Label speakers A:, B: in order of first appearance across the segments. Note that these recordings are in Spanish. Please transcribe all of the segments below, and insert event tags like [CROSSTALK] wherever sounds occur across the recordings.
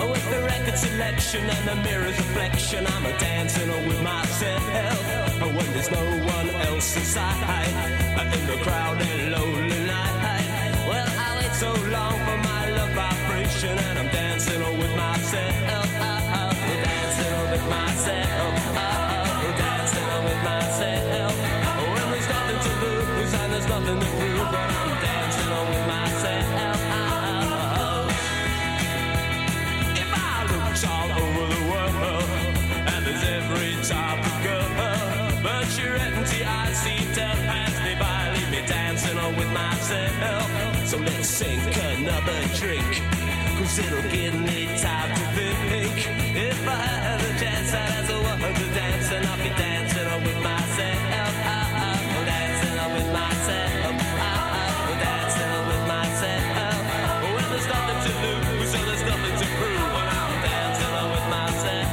A: Oh, with the record selection and the mirror's reflection, I'm a dancing all with myself. Oh, when there's no one else inside, uh, in the crowded lonely night. Well, I wait so long for my love vibration, and I'm dancing all with myself. Oh, oh, oh, dancing all with myself. Oh, oh, oh, dancing all with myself. Oh, when there's nothing to lose and there's nothing to prove, but I'm dancing on with myself. If I looked all over the world, and there's every type of girl, but your empty eyes seem to pass me by, leave me dancing on with myself. So let's sink another drink, cause it'll give me time to think. If I had a chance, I'd have to work to dance, and I'll be dancing on with myself. Dancing on with myself. Dancing on with myself. When there's nothing to lose, and there's nothing to prove, when I'm dancing on with myself.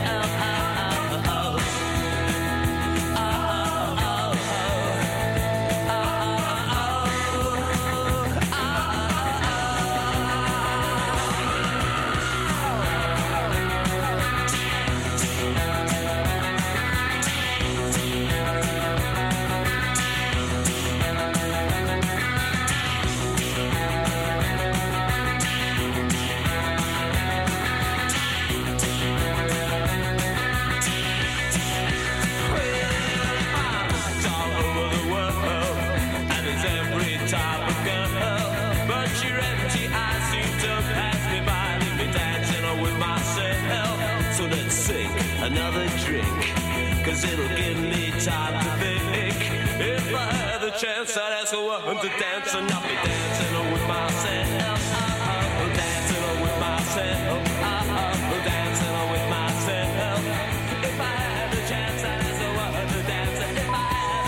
A: all over the world, and it's every type of girl. But your empty eyes seem to pass me by, leave me dancing on with myself. So let's sink another drink, cause it'll give me time to think. If I had the chance, I'd ask a woman to dance, and I'll be dancing on with myself. I'm dancing on with myself. I'm dancing on with myself. If I had the chance, I'd ask a woman to dance, and if I had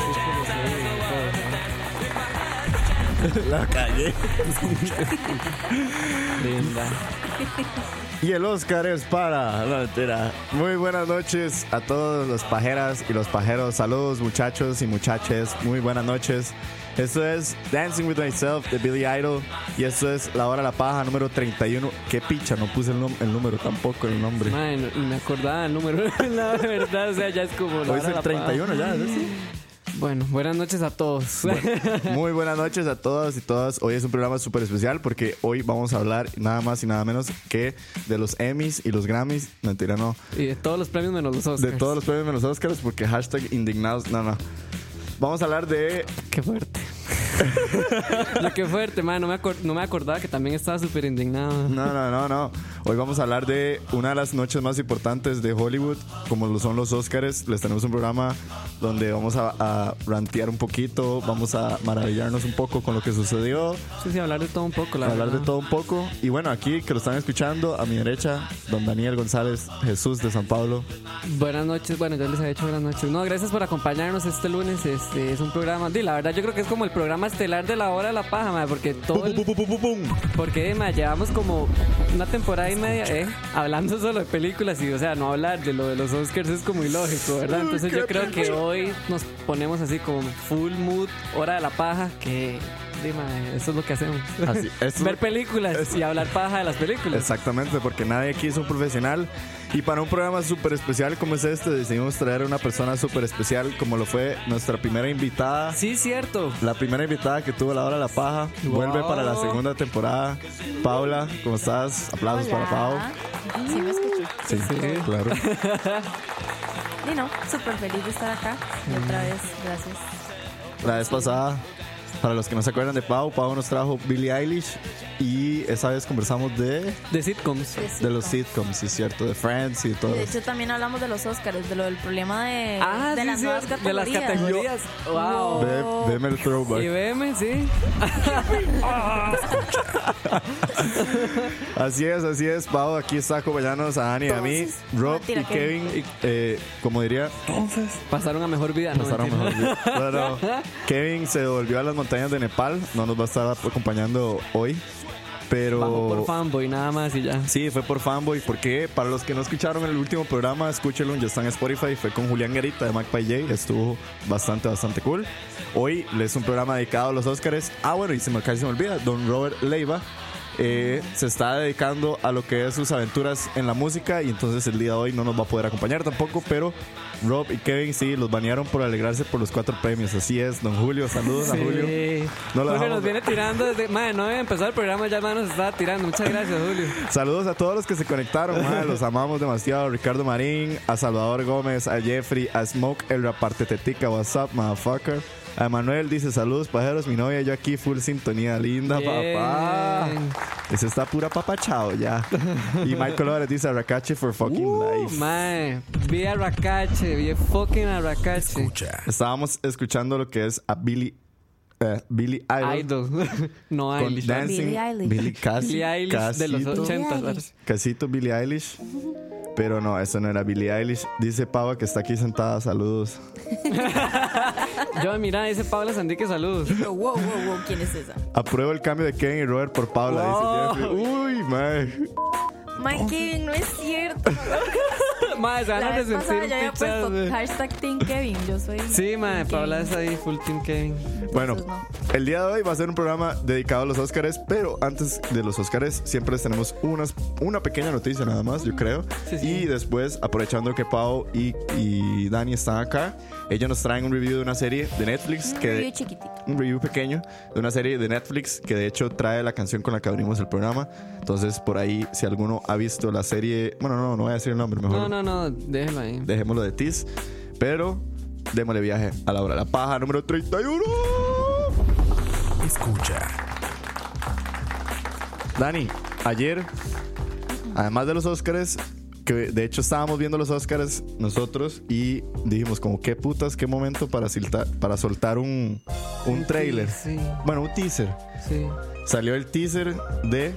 A: the chance, I'd ask a woman to dance.
B: La calle.
C: Linda.
B: Y el Oscar es para. No, mentira. Muy buenas noches a todos los pajeras y los pajeros. Saludos, muchachos y muchaches. Muy buenas noches. Esto es Dancing with Myself de Billy Idol. Y esto es La Hora de la Paja número 31. Qué picha, no puse el, nom- el número tampoco, el nombre.
C: Madre, no- ni me acordaba el número, [LAUGHS] la verdad. O sea, ya es como. la
B: Hoy es el
C: hora de la
B: 31
C: paja.
B: ya. ¿es eso?
C: Bueno, buenas noches a todos.
B: Muy buenas noches a todas y todas. Hoy es un programa súper especial porque hoy vamos a hablar nada más y nada menos que de los Emmys y los Grammys. Mentira, no.
C: [LAUGHS] y de todos los premios menos los
B: De
C: Oscars.
B: todos los premios menos Oscars porque hashtag indignados. No, no. Vamos a hablar de...
C: Qué fuerte. [LAUGHS] No, qué fuerte, madre. No me, acor- no me acordaba que también estaba súper indignado.
B: No, no, no, no. Hoy vamos a hablar de una de las noches más importantes de Hollywood, como lo son los Oscars. Les tenemos un programa donde vamos a, a rantear un poquito, vamos a maravillarnos un poco con lo que sucedió,
C: Sí, sí, hablar de todo un poco, la
B: hablar de
C: verdad.
B: todo un poco. Y bueno, aquí que lo están escuchando, a mi derecha, don Daniel González, Jesús de San Pablo.
C: Buenas noches, bueno, ya les he dicho buenas noches. No, gracias por acompañarnos este lunes. Este es un programa, di, la verdad, yo creo que es como el programa estelar de la hora de la paja, madre, porque todo. el- Porque, madre, llevamos como una temporada y media, eh, hablando solo de películas y, o sea, no hablar de lo de los Oscars es como ilógico, ¿verdad? Entonces, yo creo que hoy nos ponemos así como full mood, hora de la paja, que, di, madre, eso es lo que hacemos.
B: Así, esto-
C: Ver películas y hablar paja de las películas.
B: Exactamente, porque nadie aquí es un profesional. Y para un programa súper especial como es este, decidimos traer a una persona súper especial, como lo fue nuestra primera invitada.
C: Sí, cierto.
B: La primera invitada que tuvo la hora de la paja
C: Wow.
B: vuelve para la segunda temporada. Paula, ¿cómo estás? Aplausos para Pau.
D: Sí, me escucho.
B: Sí, claro.
D: Y no, súper feliz de estar acá. Y
B: Mm.
D: otra vez, gracias.
B: La vez pasada, para los que no se acuerdan de Pau, Pau nos trajo Billie Eilish y esa vez conversamos de,
C: De sitcoms.
B: de los
D: sitcoms.
B: sitcoms, sí, cierto, de Friends y todo.
D: Y De hecho, también hablamos de los Oscars, de lo del problema de,
C: Ah,
D: de
C: sí,
D: las
C: sí,
D: nuevas
C: de
D: categorías.
C: las categorías. Wow.
B: Ve- Veme el
C: Y
B: throwback.
C: veme, sí.
B: Así es, así es, Pau. Aquí está acompañándonos a Dani y a mí,
D: Entonces,
B: Rob
D: mentira,
B: y
D: que-
B: Kevin. y, eh, como diría,
C: Pasaron a mejor vida. no,
B: pasaron mejor.
C: mentira.
B: [LAUGHS] No,
C: [LAUGHS]
B: no. Kevin se volvió a las montañas de Nepal. No nos va a estar acompañando hoy. Pero.
C: Bajo por fanboy, nada más y ya.
B: Sí, fue por fanboy, porque para los que no escucharon el último programa, escúchelo, ya está en Spotify, fue con Julián Garita de Magpie J, estuvo bastante, bastante cool. Hoy es un programa dedicado a los Óscares. Ah, bueno, y se me, casi se me olvida, don Robert Leiva eh, se está dedicando a lo que es sus aventuras en la música y entonces el día de hoy no nos va a poder acompañar tampoco, pero Rob y Kevin sí, los banearon por alegrarse por los cuatro premios, así es, don Julio, saludos a
C: Sí.
B: Julio. No lo
C: Julio
B: dejamos
C: nos
B: de-
C: viene tirando desde. Madre, no había empezado el programa, ya hermano nos estaba tirando. Muchas gracias, Julio.
B: Saludos a todos los que se conectaron, madre, los amamos demasiado. Ricardo Marín, a Salvador Gómez, a Jeffrey, a Smoke, el raparte tetica, what's up, motherfucker. A Manuel dice, saludos pajeros, mi novia, yo aquí full sintonía, linda
C: Bien.
B: papá. Ese está pura papachao ya. Y Michael Álvarez dice, Arracache for fucking
C: Uh,
B: life.
C: Mae, vi a Racache, vi fucking a Racache.
E: Escucha.
B: Estábamos escuchando lo que es a Billy, eh, Billy Idol.
C: Idol. [LAUGHS] no
B: Con
C: Eilish.
B: Dancing,
D: Billie Eilish.
B: Billie Casi-
C: Billie Eilish de los
B: Casito.
C: 80. ¿sabes?
B: Casito Billie Eilish. Pero no, eso no era Billie Eilish. Dice Pava que está aquí sentada. Saludos.
C: Yo, mira, dice Paula Sandique,
D: [LAUGHS]
C: saludos.
D: Pero, wow, wow, wow, ¿quién es esa?
B: Apruebo el cambio de Kevin y Robert por Paula.
C: Wow.
B: Dice Jeffrey. Uy, mae.
D: Mike,
C: Oh.
D: no es
C: [LAUGHS]
D: cierto.
C: Mae, se van
D: La
C: a
D: vez
C: resentir
D: pasada yo había
C: pichas.
D: puesto
C: güey.
D: hashtag Team Kevin. Yo soy.
C: Sí, mae,
D: Team
C: Paula
D: Kevin.
C: está ahí, full team Kevin.
B: Bueno,
D: no.
B: el día de hoy va a ser un programa dedicado a los Óscares, pero antes de los Óscares siempre les tenemos unas, una pequeña noticia nada más, yo creo.
C: Sí, sí.
B: Y después, aprovechando que Pau y, y Dani están acá, ellos nos traen un review de una serie de Netflix
D: Un
B: que...
D: review chiquitito.
B: un review pequeño de una serie de Netflix que de hecho trae la canción con la que abrimos el programa. Entonces, por ahí, si alguno ha visto la serie, bueno, no, no voy a decir el nombre, mejor
C: No, no, no, déjelo ahí.
B: dejémoslo de Tiz. Pero démosle viaje a la hora de la paja número 31.
E: Escucha.
B: Dani, ayer, además de los Oscars, que de hecho estábamos viendo los Oscars nosotros y dijimos como qué putas, qué momento para, silta- para soltar un, un trailer.
C: Sí,
B: Bueno, un teaser.
C: sí.
B: Salió el teaser de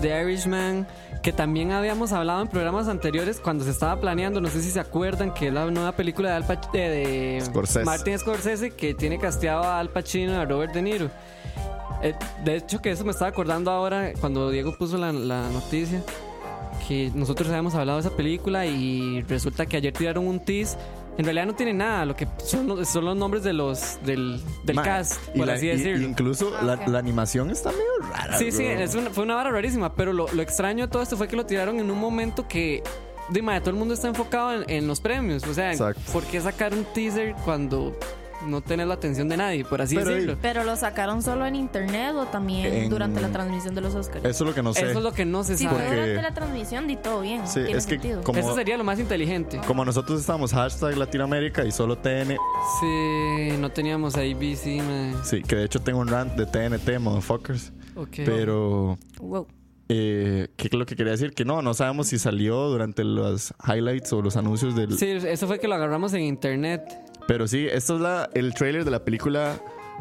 C: The Irishman, que también habíamos hablado en programas anteriores cuando se estaba planeando, no sé si se acuerdan, que es la nueva película de, Al Pac- eh, de
B: Scorsese.
C: Martin Scorsese que tiene casteado a Al Pacino y a Robert De Niro. Eh, de hecho, que eso me estaba acordando ahora cuando Diego puso la, la noticia, que nosotros habíamos hablado de esa película y resulta que ayer tiraron un tease. En realidad no tiene nada, lo que son, los- son los nombres de los del, del
B: Ma,
C: cast,
B: y
C: por
B: la-
C: así
B: y-
C: decirlo.
B: y incluso la,
D: ok.
B: la animación está medio rara.
C: Sí, sí,
B: bro.
C: es una- fue una vara rarísima, pero lo, lo extraño de todo esto fue que lo tiraron en un momento que, de madre, todo el mundo está enfocado en, en los premios. O sea, en-
B: Exacto.
C: ¿por qué sacar un teaser cuando no tenés la atención de nadie, por así
B: Pero,
C: decirlo?
B: ey,
D: Pero lo sacaron solo en internet o también
B: En-
D: durante la transmisión de los Oscars.
B: Eso es lo que no sé.
C: Eso es lo que no se
D: si
C: sabe.
D: fue
B: porque-
D: durante la transmisión, di todo bien.
B: Sí,
D: tiene
B: es que
D: sentido.
B: como-
C: Eso sería lo más inteligente.
B: Como nosotros estamos hashtag Latinoamérica y solo TN.
C: Sí, no teníamos ahí BC, madre.
B: Sí, que de hecho tengo un rant de TNT, motherfuckers.
C: Ok.
B: Pero,
D: Wow.
B: eh, ¿qué es lo que quería decir? Que no, no sabemos si salió durante los highlights o los anuncios del.
C: Sí, eso fue que lo agarramos en internet.
B: Pero sí, esto es la, el trailer de la película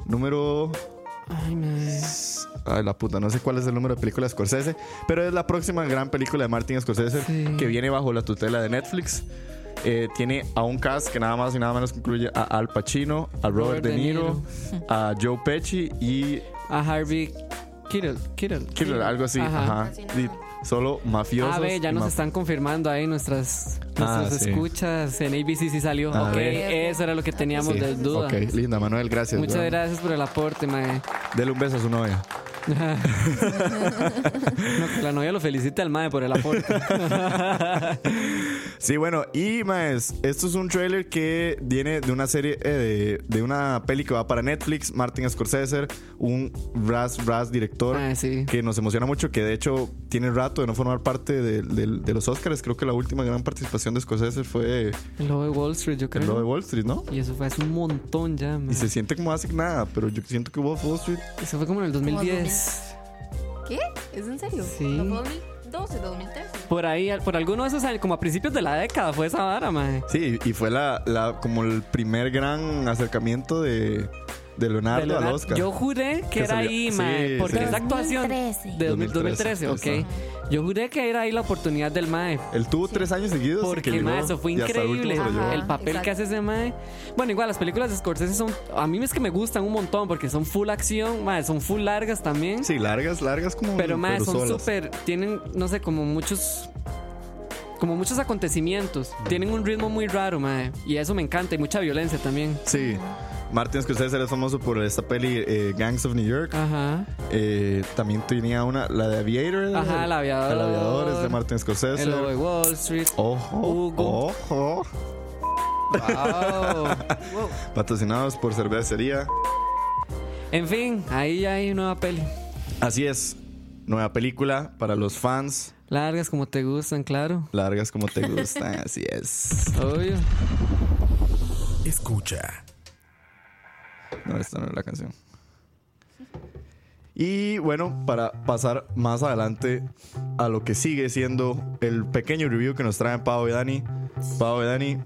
B: número.
C: Ay, madre.
B: Ay, la puta, no sé cuál es el número de películas Scorsese, pero es la próxima gran película de Martin Scorsese
C: Sí.
B: que viene bajo la tutela de Netflix. Eh, tiene a un cast que nada más y nada menos incluye a Al Pacino, a Robert, De, Niro, a Joe Pesci y
C: A Harvey Kittle. Kittle.
B: Killer, algo así.
C: Ajá.
B: Ajá.
D: Casi nada.
B: Y solo mafiosos.
C: A ver, ya
B: y
C: nos
B: ma-
C: están confirmando ahí nuestras,
B: Ah,
C: nuestras
B: sí.
C: escuchas en ABC sí salió.
B: A
C: ok,
D: ver.
C: eso era lo que teníamos
B: Sí.
C: de duda.
B: Ok, linda, Manuel, gracias.
C: Muchas
B: weón.
C: gracias por el aporte,
B: [LAUGHS]
C: mae.
B: Dele un beso a su novia. [LAUGHS]
C: No, que la novia lo felicita al mae por el aporte.
B: Sí, bueno, y más, esto es un trailer que viene de una serie, eh, de, de una peli que va para Netflix, Martin Scorsese, un ras ras director
C: Ah, sí.
B: que nos emociona mucho, que de hecho tiene rato de no formar parte de, de- de los Oscars. Creo que la última gran participación de Scorsese fue
C: El lobo de Wall Street, yo creo.
B: el lo de Wall Street, ¿no?
C: Y eso fue hace un montón ya, ma.
B: Y se siente como hace nada, pero yo siento que Wolf of Wall Street
C: Eso fue como en el 2010.
D: ¿Qué? ¿Es en serio?
C: Sí.
D: ¿No fue 2012, 2013?
C: Por ahí, al- por alguno de esos años, como a principios de la década fue esa vara, mae.
B: Sí, y fue la, la- como el primer gran acercamiento de, de Leonardo
C: De Leonardo-
B: al Oscar.
C: Yo juré que,
B: Que
C: era
B: salió-
C: ahí,
B: sí,
C: mae. Porque
B: sí.
C: esa actuación. [LAUGHS]
D: 2013.
C: De
B: 2013,
C: 2013, ok. Yo juré que era ahí la oportunidad del mae.
B: Él tuvo tres años seguidos. que
C: Porque,
B: llegó,
C: mae, eso fue
B: y hasta el último
C: increíble.
B: se lo llevó.
D: Ajá.
C: el papel que hace ese mae. Bueno, igual, las películas de Scorsese son. A mí es que me gustan un montón porque son full acción, mae, son full largas también.
B: Sí, largas, largas como.
C: Pero más, son
B: solas.
C: súper. Tienen, no sé, como muchos. Como muchos acontecimientos.
B: Mm.
C: Tienen un ritmo muy raro, mae. Y eso me encanta. Y mucha violencia también.
B: Sí. Martin Scorsese era famoso por esta peli eh, Gangs of New York.
C: Ajá.
B: Eh, también tenía una, la de Aviator. era
C: Ajá,
B: de-
C: El Aviador.
B: El aviador es Oh. de Martin Scorsese.
C: El lobo de Wall Street.
B: Ojo,
C: Hugo.
B: ojo.
C: Wow.
B: [LAUGHS] Patrocinados por cervecería.
C: en fin, ahí ya hay nueva peli.
B: Así es. Nueva película para los fans.
C: Largas como te gustan, claro.
B: Largas como te gustan. [LAUGHS] Así es.
C: Obvio.
E: Escucha.
B: No, esta no es la canción. Y bueno, para pasar más adelante a lo que sigue siendo el pequeño review que nos traen Pau y Dani. Pau y Dani,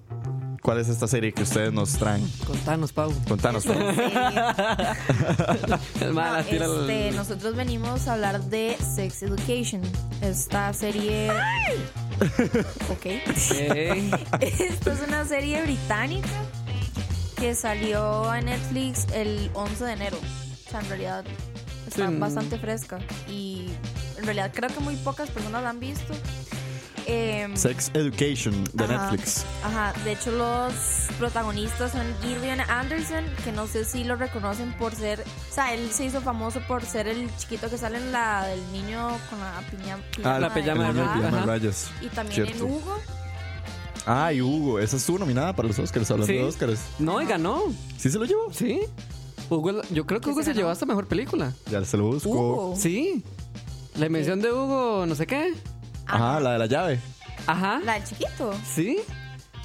B: ¿cuál es esta serie que ustedes nos traen?
C: Contanos, Pau.
B: Contanos. Pau.
C: El mae
D: No,
C: la tira al-
D: este, nosotros venimos a hablar de Sex Education. Esta serie. [LAUGHS] Ok.
C: Ey.
D: Esta es una serie británica que salió a Netflix el 11 de enero. O sea, en realidad está
C: Sí.
D: bastante fresca. Y en realidad creo que muy pocas personas la han visto. Em,
B: Sex Education de
D: Ajá.
B: Netflix.
D: Ajá, de hecho los protagonistas son Gillian Anderson, que no sé si lo reconocen por ser, o sea, él se hizo famoso por ser el chiquito que sale en la del niño con la piña, pijama
C: Ah, la
D: de
C: pijama de
B: Ah, El niño
D: rayas.
B: que llama
C: ajá.
B: Rayas.
D: Y también en
B: Cierto.
D: Hugo.
B: Ah, y Hugo. Esa estuvo nominada para los Oscars. Hablando
C: Sí.
B: de Oscars.
C: No, y ganó.
B: ¿Sí se lo llevó?
C: Sí. Hugo- yo creo que
D: ¿Qué
C: Hugo
D: se
C: se
D: ganó?
C: llevó hasta mejor película.
B: Ya se lo busco.
D: Hugo.
C: Sí. La invención de Hugo, no sé qué.
B: Ajá, la de la llave.
C: Ajá.
D: La del chiquito.
C: Sí.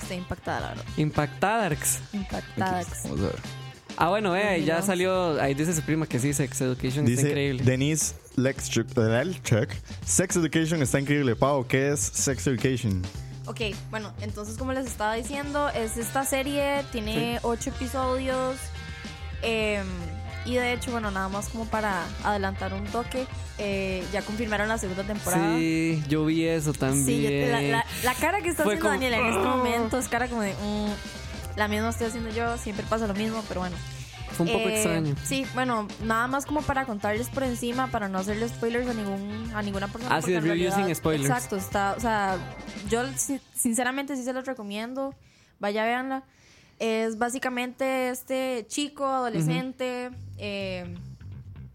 D: Estoy impactada, la verdad.
C: Impactadarks.
D: Impactada.
B: Vamos a ver.
C: Ah, bueno, vea, ahí ya salió. Ahí dice su prima que sí, Sex Education está
B: Dice
C: increíble.
B: Denise Lechuk- Lelchuk, Sex Education está increíble. Pau, ¿qué es Sex Education?
D: Ok, bueno, entonces como les estaba diciendo, es esta serie, tiene ocho episodios. eh, y de hecho, bueno, nada más como para adelantar un toque, eh, ya confirmaron la segunda temporada.
C: Sí, yo vi eso también.
D: Sí, yo- la, la- la cara que está
C: Fue como-
D: haciendo
C: "Oh".
D: Daniela en este momento es cara como de. mm, la misma estoy haciendo yo, siempre pasa lo mismo, pero bueno.
C: Fue un poco
D: Eh,
C: extraño.
D: Sí, bueno, nada más como para contarles por encima, para no hacerles spoilers a, ningún, a ninguna persona.
C: Ah, sí,
D: porque en
C: review
D: realidad-
C: sin spoilers.
D: Exacto, está, o sea, yo si- sinceramente sí se los recomiendo. Vaya, véanla. Es básicamente este chico, adolescente, eh,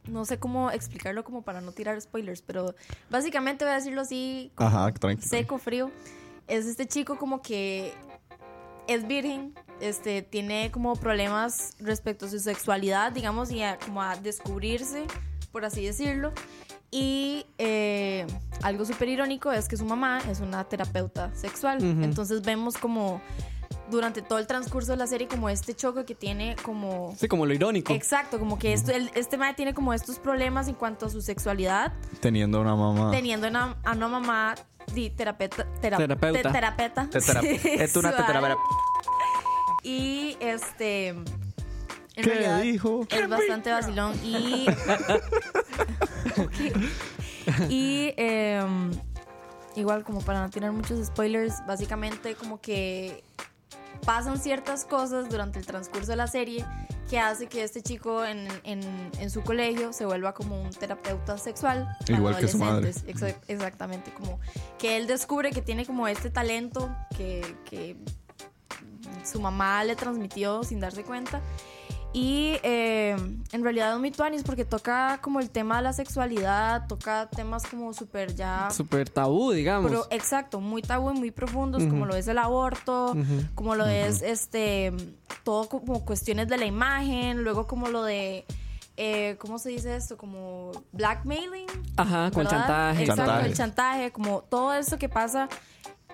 D: no sé cómo explicarlo como para no tirar spoilers, pero básicamente voy a decirlo así, como
B: Ajá, tranquilo.
D: seco, frío. Es este chico como que es virgen, este, tiene como problemas respecto a su sexualidad, digamos, y a- como a descubrirse, por así decirlo. Y eh, algo súper irónico es que su mamá es una terapeuta sexual.
C: Ujú.
D: Entonces vemos como durante todo el transcurso de la serie como este choque que tiene como...
C: Sí, como lo irónico.
D: Exacto, como que esto, el- este madre tiene como estos problemas en cuanto a su sexualidad
B: Teniendo una mamá.
D: teniendo una, a una mamá di, terapeuta, tera-
C: Terapeuta.
D: te- terapeuta.
B: Es
D: [LAUGHS]
B: una
D: sexual.
B: tetrabera-
D: Y este. En
B: ¿Qué
D: realidad
B: dijo?
D: Es bastante vacilón. Y. [LAUGHS] Ok. Y. em, igual, como para no tener muchos spoilers, básicamente, como que pasan ciertas cosas durante el transcurso de la serie que hace que este chico en, en- en su colegio se vuelva como un terapeuta sexual. para
B: Igual que su madre.
D: adolescentes. Exa- exactamente, como que él descubre que tiene como este talento que, que su mamá le transmitió sin darse cuenta. Y eh, en realidad es muy tuanis porque toca como el tema de la sexualidad, toca temas como súper ya...
C: Súper tabú, digamos.
D: Pero exacto, muy tabú y muy profundos, como lo es el aborto, como lo es este todo como cuestiones de la imagen, luego como lo de eh, ¿cómo se dice esto? Como blackmailing.
C: Ajá, con
D: eh, ¿verdad?
C: chantaje.
D: Exacto,
B: Chantaje.
D: el chantaje, como todo eso que pasa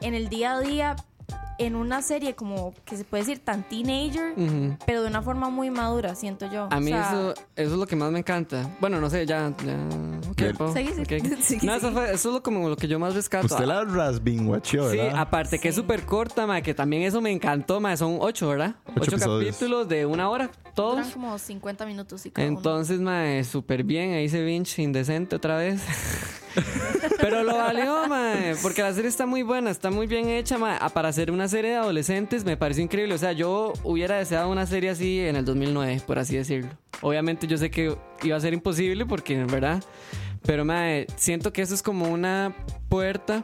D: en el día a día en una serie como que se puede decir tan teenager,
C: Ujú.
D: pero de una forma muy madura, siento yo.
C: A mí
D: O sea,
C: eso, eso es lo que más me encanta. Bueno, no sé, ya. ya ok,
B: Del-
C: Pau,
D: Seguí,
C: ok.
D: seguí, [LAUGHS] seguí.
C: No, eso, fue- eso es lo, como lo que yo más rescato. Ah,
B: Usted Pues la rasbinguacheó,
C: Sí,
B: ¿verdad?
C: aparte que es súper corta, ma, que también eso me encantó, ma, son ocho, ¿verdad?
B: Ocho episodios.
C: capítulos de una hora, todos.
D: duran como 50 minutos y cada uno.
C: Entonces, mae, súper bien. Ahí se vinch indecente otra vez. [LAUGHS] Pero lo valió, mae, porque la serie está muy buena, está muy bien hecha, mae. Ah, Para hacer una serie de adolescentes me pareció increíble. O sea, yo hubiera deseado una serie así en el 2009, por así decirlo. Obviamente yo sé que iba a ser imposible porque, ¿verdad? Pero, mae, siento que eso es como una puerta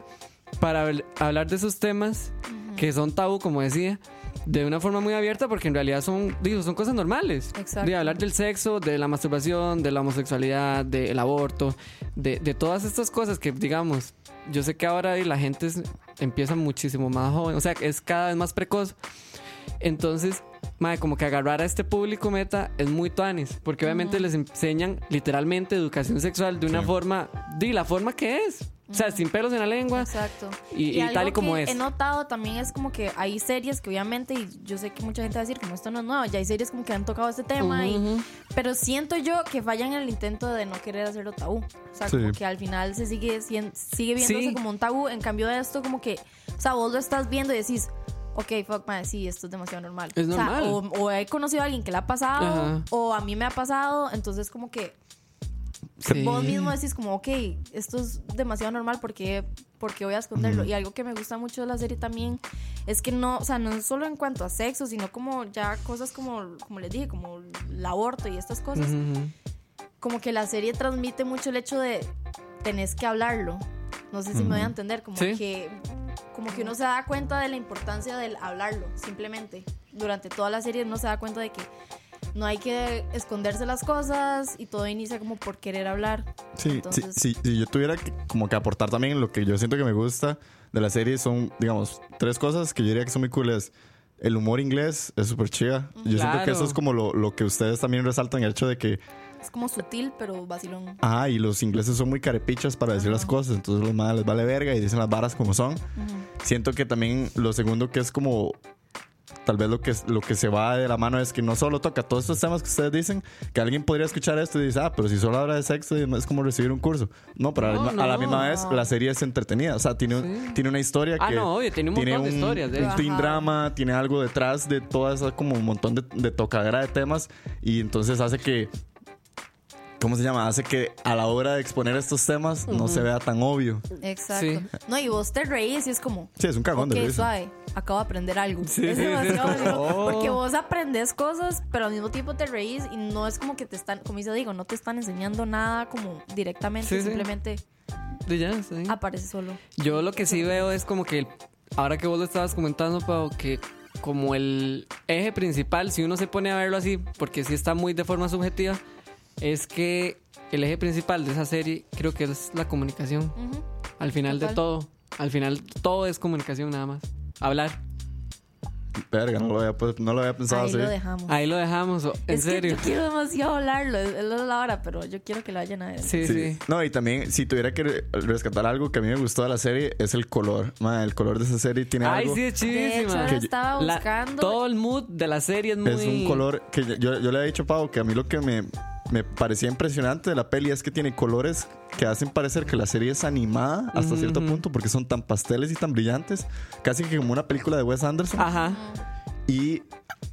C: para habl- hablar de esos temas que son tabú, como decía, de una forma muy abierta porque en realidad son, digo, son cosas normales.
D: Exacto.
C: De hablar del sexo, de la masturbación, de la homosexualidad, del aborto, de, de todas estas cosas que, digamos, yo sé que ahora la gente es- empieza muchísimo más joven, o sea, es cada vez más precoz. Entonces, mae, como que agarrar a este público meta es muy tuanis, porque obviamente les enseñan literalmente educación sexual de una forma, de la forma que es. O sea, sin pelos en la lengua.
D: Exacto.
C: Y- y
D: algo
C: tal y como
D: que
C: es.
D: He notado también es como que hay series que obviamente, y yo sé que mucha gente va a decir, como esto no es nuevo, ya hay series como que han tocado este tema, y-
C: Ujú.
D: pero siento yo que fallan en el intento de no querer hacerlo tabú. O sea,
B: Sí.
D: como que al final se sigue, sien- sigue viéndose
C: Sí.
D: como un tabú, en cambio de esto como que, o sea, vos lo estás viendo y decís... Ok, fuck, man, sí, esto es demasiado normal.
C: Es
D: O sea,
C: normal.
D: O, o he conocido a alguien que le ha pasado,
C: Ajá.
D: o a mí me ha pasado, entonces como que
C: Sí.
D: vos mismo decís como, ok, esto es demasiado normal porque porque voy a esconderlo. Y algo que me gusta mucho de la serie también es que no, o sea, no es solo en cuanto a sexo, sino como ya cosas como, como les dije, como el aborto y estas cosas,
C: Ujú, ujú.
D: como que la serie transmite mucho el hecho de tenés que hablarlo. No sé si me voy a entender, como
C: Sí.
D: que como que uno se da cuenta de la importancia del hablarlo, simplemente. Durante toda la serie uno se da cuenta de que no hay que esconderse las cosas y todo inicia como por querer hablar.
B: Sí,
D: Entonces-
B: sí, sí, sí, yo tuviera que, como que aportar también lo que yo siento que me gusta de la serie son, digamos, tres cosas que yo diría que son muy cooles. El humor inglés es súper chiva. Yo siento
C: Claro.
B: que eso es como lo, lo que ustedes también resaltan, el hecho de que,
D: Es como sutil, pero vacilón.
B: ah, y los ingleses son muy carepichas para decir las cosas, entonces los más les vale verga y dicen las varas como son. Siento que también lo segundo que es como, tal vez lo que, lo que se va de la mano es que no solo toca todos estos temas que ustedes dicen, que alguien podría escuchar esto y dice, ah, pero si solo habla de sexo es como recibir un curso. No, pero a, la
C: No,
B: misma, a la
C: no.
B: misma vez la serie es entretenida, o sea, tiene, un- tiene una historia
C: Ah,
B: que...
C: no, obvio, tiene un montón de historias, de-
B: un teen
D: Ajá.
B: drama, tiene algo detrás de toda esa como un montón de, de tocadera de temas y entonces hace que... ¿Cómo se llama? Hace que a la hora de exponer estos temas no se vea tan obvio.
D: Exacto.
C: Sí.
D: No, y vos te reís y es como.
B: Sí, es un cagón de
D: ok,
B: risa.
D: suave. Acabo de aprender algo.
C: Sí,
D: es
C: sí, sí, es
D: demasiado
C: como,
D: bueno,
C: oh.
D: Porque vos aprendes cosas, pero al mismo tiempo te reís y no es como que te están, como yo digo, no te están enseñando nada como directamente,
C: Sí, sí.
D: simplemente
C: Y ya, sí.
D: aparece solo.
C: Yo lo que sí veo es como que, el- ahora que vos lo estabas comentando, Pau, que como el eje principal, si uno se pone a verlo así, porque sí está muy de forma subjetiva, es que el eje principal de esa serie creo que es la comunicación.
D: Ujú.
C: Al final de
D: Total.
C: todo, al final todo es comunicación nada más. Hablar.
B: Verga, no lo había, pues, no lo había pensado
D: Ahí
B: así.
D: lo dejamos.
C: Ahí lo dejamos, o- en
D: es
C: serio.
D: que yo quiero demasiado hablarlo, es, es la hora, pero yo quiero que lo vayan a ver.
C: [LAUGHS] Sí,
B: Sí.
C: sí.
B: No, y también, si tuviera que re- rescatar algo que a mí me gustó de la serie, es el color. Ma, el color de esa serie tiene
C: Ay,
B: algo.
C: sí, es
D: De hecho,
C: chidísima.
D: ahora estaba
C: La-
D: buscando.
C: todo el mood de la serie es muy...
B: Es un color que yo- yo, yo le he dicho a Pau que a mí lo que me, me parecía impresionante de la peli es que tiene colores que hacen parecer que la serie es animada hasta cierto punto porque son tan pasteles y tan brillantes, casi que como una película de Wes Anderson.
C: Ajá.
B: Y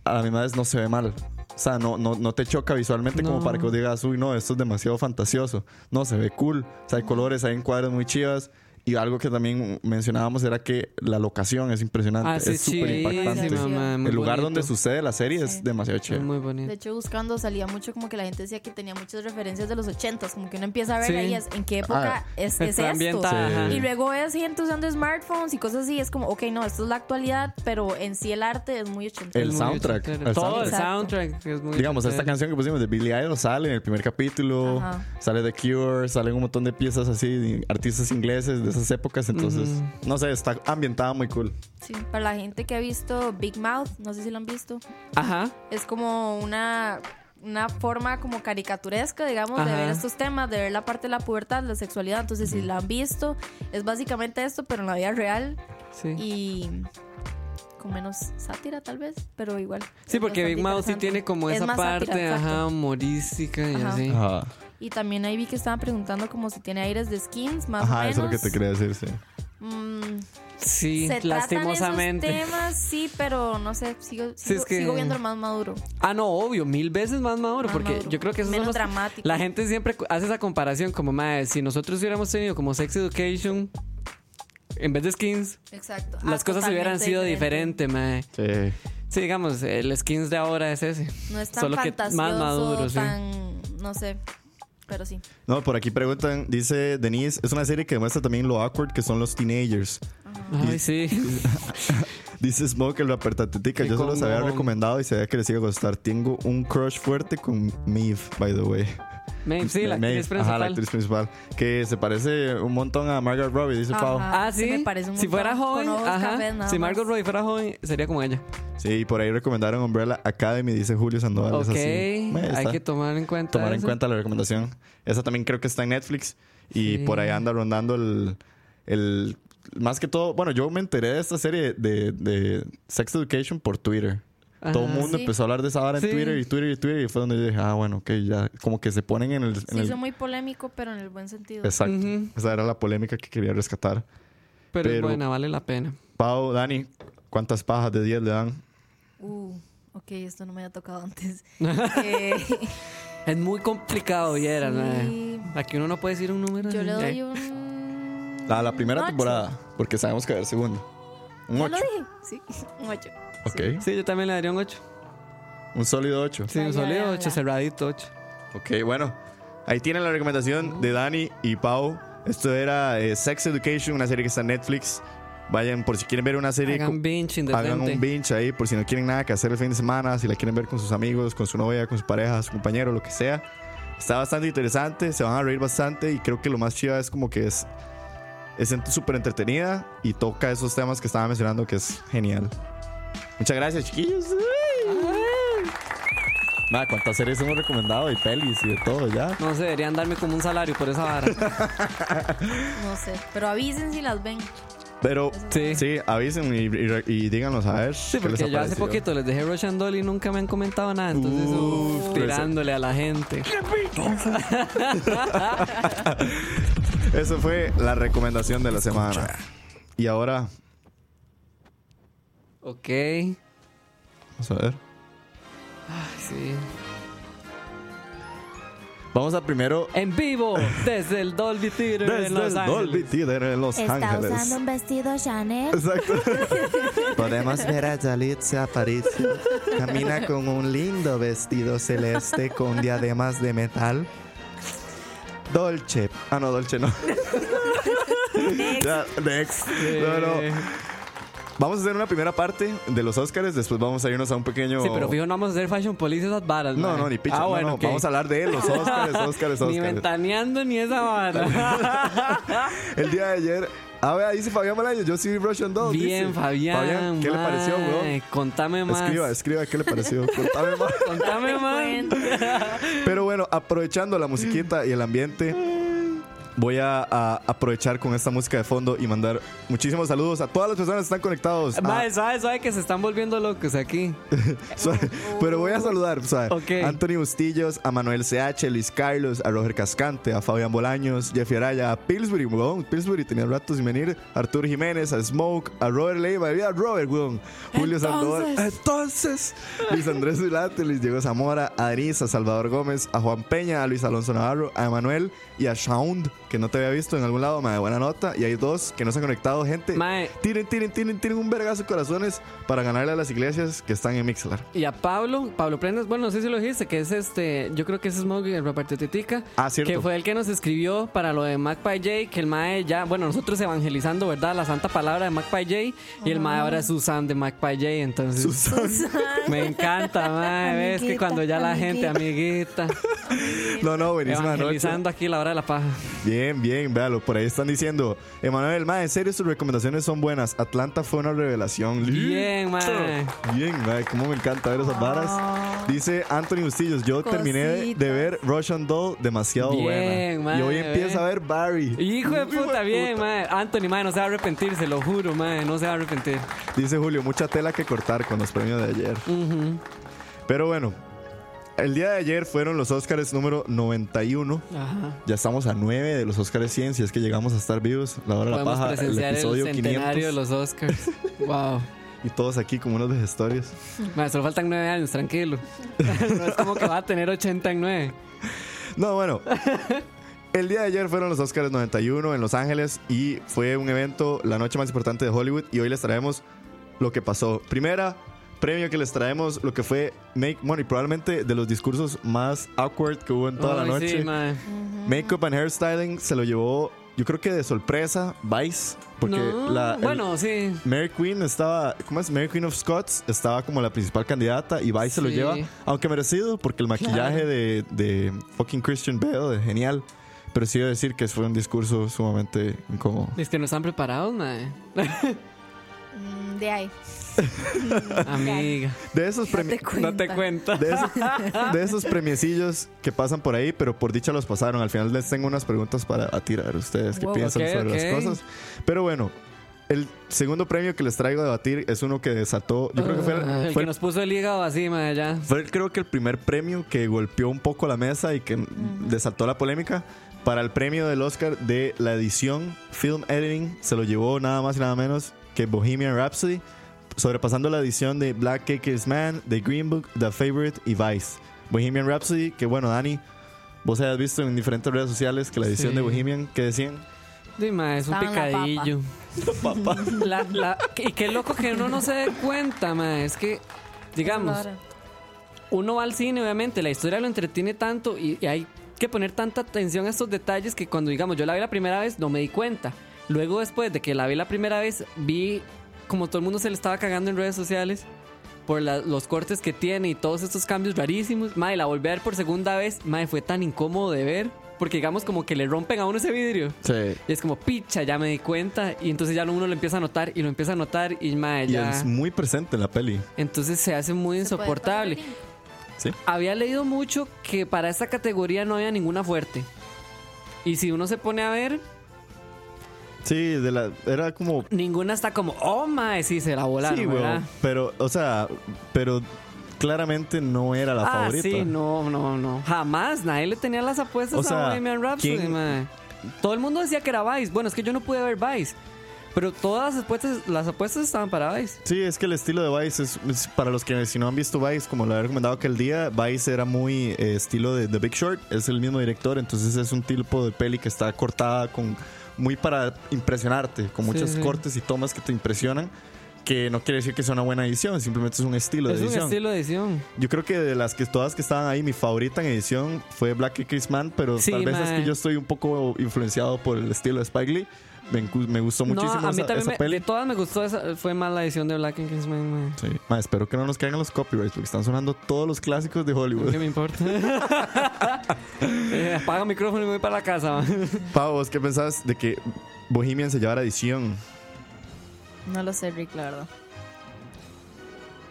B: a la misma vez no se ve mal. O sea, no, no, no te choca visualmente como
C: No.
B: para que vos digas, uy, no, esto es demasiado fantasioso. No, se ve cool. O sea, hay colores, hay encuadres muy chivas. Y algo que también mencionábamos era que la locación es impresionante.
C: Ah, sí,
B: es súper impactante.
D: sí,
C: mae, muy
B: El lugar
C: bonito.
B: donde sucede la serie es
D: Sí.
B: demasiado
C: Es
B: chévere.
C: muy
D: De
C: bonito.
D: hecho, buscando salía mucho como que la gente decía que tenía muchas referencias de los ochentas, como que uno empieza a ver
C: Sí.
D: ahí es, en qué época
B: Ah,
D: es, es
C: Está
D: esto.
C: ambientada,
B: Sí.
C: ajá.
D: Y luego es gente usando smartphones y cosas así, es como, ok, no, esto es la actualidad, pero en sí el arte es muy ochentero.
B: El
C: Es muy
B: soundtrack,
C: ochentero.
B: el
C: Todo el
D: soundtrack.
C: soundtrack. es muy
B: Digamos, esta
C: ochentero.
B: canción que pusimos de Billy Idol sale en el primer capítulo,
D: Ajá.
B: sale The Cure, salen un montón de piezas así, de artistas ingleses de esas épocas, entonces, no sé, está ambientada muy cool.
D: Sí, para la gente que ha visto Big Mouth, no sé si lo han visto,
C: Ajá.
D: es como una, una forma como caricaturesca, digamos, de
C: Ajá.
D: ver estos temas, de ver la parte de la pubertad, la sexualidad. Entonces, si la han visto, es básicamente esto, pero en la vida real
C: Sí.
D: y con menos sátira, tal vez, pero igual.
C: Sí, porque
D: Bastante
C: Big Mouth sí
D: interesante.
C: tiene como
D: Es
C: esa
D: más
C: parte,
D: sátira, exacto.
C: ajá, humorística y
D: Ajá.
C: así.
B: Ajá,
D: Y también ahí vi que estaban preguntando como si tiene aires de skins, más o
B: Ajá
D: menos.
B: eso es lo que te quería decir, sí.
D: Mm,
C: Sí,
D: se
C: lastimosamente.
D: Tratan esos temas, sí, pero no sé, sigo, sigo,
C: Sí, es que-
D: sigo viendo el más maduro.
C: Ah, no, obvio, mil veces más maduro,
D: Más
C: porque
D: maduro.
C: yo creo que eso
D: Menos
C: los...
D: dramático.
C: La gente siempre cu- hace esa comparación como, madre, si nosotros hubiéramos tenido como Sex Education, en vez de skins,
D: Exacto.
C: las
D: Ah,
C: cosas hubieran
D: totalmente
C: sido
D: diferente.
C: diferentes, mae.
B: Sí.
C: Sí, digamos, el skins de ahora es ese.
D: No es tan
C: Solo que
D: fantasioso,
C: más maduro, sí.
D: tan, no sé, pero sí.
B: No, por aquí preguntan, dice Denise, es una serie que demuestra también lo awkward que son los teenagers. [LAUGHS]
C: Ay, sí.
B: Dice Smoke, el rapertatetica,
C: Qué
B: yo se los había
C: cojón.
B: recomendado y sabía que les iba a gustar. Tengo un crush fuerte con Meave, by the way.
C: Mae, sí, la
B: Maeve,
C: actriz
B: Ajá, la
C: principal.
B: actriz principal. Que se parece un montón a Margaret Robbie, dice Pau.
D: Ajá.
C: Ah, sí.
D: Se me parece un
C: si fuera
D: montón,
C: joven,
D: con ojos
C: ajá.
D: cafés nada
C: si
D: más.
C: Margot Robbie fuera joven, sería como ella.
B: Sí, y por ahí recomendaron Umbrella Academy, dice Julio Sandoval. es
C: ok,
B: así. Bueno,
C: hay
B: está.
C: que tomar en cuenta.
B: tomar en
C: eso.
B: cuenta la recomendación. Esa también creo que está en Netflix. Y
C: Sí.
B: por ahí anda rondando el, el- Más que todo, bueno, yo me enteré de esta serie de, de Sex Education por Twitter.
C: Ajá.
B: Todo el mundo
D: Sí.
B: empezó a hablar de esa vara en
C: Sí.
B: Twitter y Twitter y Twitter. Y fue donde yo dije, ah, bueno, ok, ya. Como que se ponen en el. en
D: Se
B: el-
D: hizo muy polémico, pero en el buen sentido.
B: Exacto.
C: Ujú.
B: Esa era la polémica que quería rescatar.
C: Pero, es
B: pero-
C: buena, vale la pena.
B: Pau, Dani, ¿cuántas pajas de 10 le dan?
D: Uh, ok, esto no me había
C: [LAUGHS]
D: tocado antes. Eh,
C: Es muy complicado, vieras,
D: Sí.
C: mae. Aquí uno no puede decir un número.
D: yo le
C: así.
D: doy un...
B: A la primera
D: Ocho.
B: temporada, porque sabemos que va a haber segunda. Un
D: ¿No
B: 8.
D: lo dije? Sí, un ocho.
B: Ok.
C: Sí, yo también le daría un 8.
B: Un sólido 8.
C: Sí, un
D: Vaya,
C: sólido
D: vaya.
C: 8, cerradito 8.
B: Ok, bueno. Ahí tienen la recomendación de Dani y Pau. Esto era eh, Sex Education, una serie que está en Netflix. Vayan por si quieren ver una serie.
C: Hagan
B: con-
C: binge
B: hagan un
C: indecente.
B: binge ahí por si no quieren nada que hacer el fin de semana, si la quieren ver con sus amigos, con su novia, con su pareja, su compañero, lo que sea. Está bastante interesante, se van a reír bastante y creo que lo más chido es como que es es ent- súper entretenida y toca esos temas que estaba mencionando que es genial. Muchas gracias, chiquillos. Nada, cuántas series hemos recomendado y pelis y de todo ya.
C: No sé, deberían darme como un salario por
B: [LAUGHS]
C: esa vara.
D: No sé, pero avisen si las ven.
B: Pero
C: Sí.
B: sí, avisen y, y- y díganos a ver.
C: Sí, porque yo hace poquito les dejé Rush and Doll y nunca me han comentado nada. Entonces,
B: Uf,
C: uf,
B: pero eso-
C: tirándole a la gente.
B: Eso fue la recomendación de la semana. Y ahora
C: Ok. Ay,
B: Vamos a ver.
C: sí.
B: Vamos a primero.
C: En vivo, desde el Dolby Theater en
B: Desde
C: Los
B: el
C: Ángeles.
B: Dolby Theater en Los
F: Está
B: Ángeles.
F: usando un vestido Chanel. [LAUGHS]
B: Exacto. Podemos ver a Yalitza Aparicio. Camina con un lindo vestido celeste con diademas de metal. Dolce. Ah, no, Dolce no. Ya, next. No, no. Vamos a hacer una primera parte de los Oscars. Después vamos a irnos a un pequeño.
C: Sí, pero fijo, no vamos a hacer Fashion Police esas varas.
B: No,
C: mae.
B: no, ni picha.
C: Ah,
B: No,
C: bueno,
B: no,
C: ok.
B: Vamos a hablar de los
C: [LAUGHS]
B: Oscars, Oscars,
C: Ni
B: Oscars.
C: ventaneando ni
B: [LAUGHS]
C: esa vara.
B: El día de ayer. A ver, dice Fabián Malayo, yo sí vi Rush and Doll.
C: Bien,
B: dice.
C: Fabián.
B: ¿qué le pareció,
C: mae,
B: weón?
C: Contame más.
B: Escriba, escriba, ¿qué le pareció? Contame más.
C: Contame más.
B: Pero bueno, aprovechando la musiquita y el ambiente, voy a, a aprovechar con esta música de fondo y mandar muchísimos saludos a todas las personas que están conectados. Ah,
C: Mae, sabe, sabe que se están volviendo locos aquí.
B: [LAUGHS] suave. pero voy a saludar, o sea,
C: Ok.
B: Anthony Bustillos, a Manuel CH, Luis Carlos, a Roger Cascante, a Fabián Bolaños, Jeffy Araya, a Pillsbury, weón, Pillsbury tenía rato sin venir, a Arturo Jiménez, a Smoke, a Robert Leiva, y a Robert, weón, Julio Sandoval, entonces, Luis Andrés Vilate, Luis Diego Zamora, a Denise, a Salvador Gómez, a Juan Peña, a Luis Alonso Navarro, a Emanuel y a Shaund que no te había visto en algún lado, mae, buena nota. Y hay dos que no se han conectado, gente.
C: Mae.
B: Tiren, tiren, tiren, tiren un vergazo de corazones para ganarle a las iglesias que están en Mixlar.
C: Y a Pablo, Pablo Prendas, bueno, no sé si lo dijiste, que es este, yo creo que es Smog el Titica,
B: Ah, cierto.
C: que fue el que nos escribió para lo de Magpie J, que el Mae ya, bueno, nosotros evangelizando, ¿verdad? La santa palabra de Magpie J, y el Mae ahora es Susan de Magpie J, entonces [LAUGHS] me encanta, Mae, ves que
F: Amiguita,
C: cuando ya la
B: [LAUGHS]
C: gente, amiguita,
B: No, no, buenísima noche.
C: evangelizando aquí la hora de la paja.
B: Bien, bien, véalo. Por ahí están diciendo, Emanuel, mae, en serio, sus recomendaciones son buenas. Atlanta fue una revelación.
C: Bien, mae.
B: Bien, mae, cómo me encanta ver esas varas. Dice Anthony Bustillos, yo terminé de- de ver Russian Doll demasiado
C: Bien,
B: buena.
C: mae,
B: y hoy empieza
C: ve.
B: a ver Barry.
C: Hijo de
B: Hijo
C: puta, bien, mae. Anthony, mae, no se va a arrepentir, se lo juro, mae, no se va a arrepentir.
B: Dice Julio, mucha tela que cortar con los premios de ayer. Pero bueno, el día de ayer fueron los Oscars número 91.
C: Ajá.
B: Ya estamos a 9 de los Oscars 100, si es que llegamos a estar vivos. La hora de la
C: Podemos
B: paja, el
C: presenciar el,
B: episodio 500.
C: centenario de los Oscars.
B: [LAUGHS]
C: Wow.
B: Y todos aquí como unos vejestorios.
C: Mae, solo faltan nueve años, tranquilo. [LAUGHS] No es como que va a tener 89.
B: No,
C: [LAUGHS]
B: bueno. El día de ayer fueron los Oscars 91 en Los Ángeles y fue un evento, la noche más importante de Hollywood. Y hoy les traemos lo que pasó. Primera, premio que les traemos, lo que fue Make Money, probablemente de los discursos más awkward que hubo en toda la
C: Ay,
B: noche.
C: Sí, mae.
B: Makeup and hairstyling se lo llevó, yo creo que de sorpresa, Vice. Porque
C: No,
B: la, el-
C: bueno, sí.
B: Mary Queen estaba, ¿cómo es? Mary Queen of Scots estaba como la principal candidata y Vice se lo
C: Sí.
B: lleva, aunque merecido, porque el maquillaje de, de fucking Christian Bale es genial. Pero sí debo decir que fue un discurso sumamente incómodo.
C: Es que no están
B: [LAUGHS]
C: preparados, mae.
D: Mm, De ahí.
C: Amiga.
B: De esos, premi-
C: No te cuenta.
B: de esos, de
C: [LAUGHS]
B: esos premiecillos que pasan por ahí, pero por dicha los pasaron. Al final les tengo unas preguntas para a tirar a ustedes que
C: Wow,
B: piensan
C: ok,
B: sobre
C: ok.
B: las cosas. Pero bueno, el segundo premio que les traigo a debatir es uno que desató, yo creo que fue,
C: Ah, el
B: fue
C: que nos puso el hígado así, mae, ya.
B: Fue creo que el primer premio que golpeó un poco la mesa y que desató la polémica. Para el premio del Oscar de la edición Film Editing se lo llevó nada más y nada menos que Bohemian Rhapsody, sobrepasando la edición de Black Cake is Man, The Green Book, The Favorite y Vice. Bohemian Rhapsody, que bueno, Dani, vos hayas visto en diferentes redes sociales que la edición
C: Sí.
B: de Bohemian, que decían?
C: Sí, mae, es un
D: Estaba en la papa.
C: picadillo. La- la- y qué loco que uno no se dé cuenta, mae. Es que, digamos,
D: Claro.
C: uno va al cine, obviamente, la historia lo entretiene tanto y, y hay que poner tanta atención a estos detalles que cuando, digamos, yo la vi la primera vez, no me di cuenta. Luego, después de que la vi la primera vez, vi como todo el mundo se le estaba cagando en redes sociales por la- los cortes que tiene y todos estos cambios rarísimos. Mae, la volví a ver por segunda vez, mae, fue tan incómodo de ver porque, digamos, como que le rompen a uno ese vidrio.
B: Sí.
C: Y es como, picha, ya me di cuenta. Y entonces ya uno lo empieza a notar y lo empieza a notar y, mae,
B: Y
C: ya.
B: es muy presente en la peli.
C: Entonces se hace muy
D: ¿Se puede
C: insoportable.
D: pasar el link?
C: Había leído mucho que para esta categoría no había ninguna fuerte. Y si uno se pone a ver,
B: Sí, de la, era como
C: ninguna está como, oh my, sí, se la volaron.
B: Sí, weón,
C: ¿verdad?
B: Pero, o sea, pero claramente no era la
C: ah,
B: favorita.
C: sí, no, no, no. Jamás, nadie le tenía las apuestas
B: O sea,
C: a Bohemian Rhapsody,
B: ¿quién-
C: mae. Todo el mundo decía que era Vice. Bueno, es que yo no pude ver Vice. Pero todas las apuestas, las apuestas estaban para Vice.
B: Sí, es que el estilo de Vice es, es- para los que si no han visto Vice, como lo había recomendado aquel día, Vice era muy eh, estilo de The Big Short, es el mismo director, entonces es un tipo de peli que está cortada con muy para impresionarte, con
C: Sí,
B: muchos
C: sí.
B: cortes y tomas que te impresionan, que no quiere decir que sea una buena edición, simplemente es un estilo
C: Es
B: de
C: un
B: edición.
C: estilo de edición.
B: Yo creo que de las que todas que estaban ahí, mi favorita en edición fue Black y Chris Man, pero
C: Sí,
B: tal vez es
C: mae.
B: que yo estoy un poco influenciado por el estilo de Spike Lee. Me, encu- me gustó muchísimo
C: no, a mí
B: esa,
C: también
B: esa
C: me-
B: peli.
C: de todas me gustó esa. Fue más la edición de Black and Kingsman, mae.
B: Sí. Mae, espero que no nos caigan los copyrights porque están sonando todos los clásicos de
C: ¿Qué
B: Hollywood.
C: me importa? [LAUGHS] Eh, apaga el micrófono y me voy para la casa. man.
B: Pau, ¿vos ¿qué pensás de que Bohemian se llevara edición?
D: No lo sé, Rick, la verdad.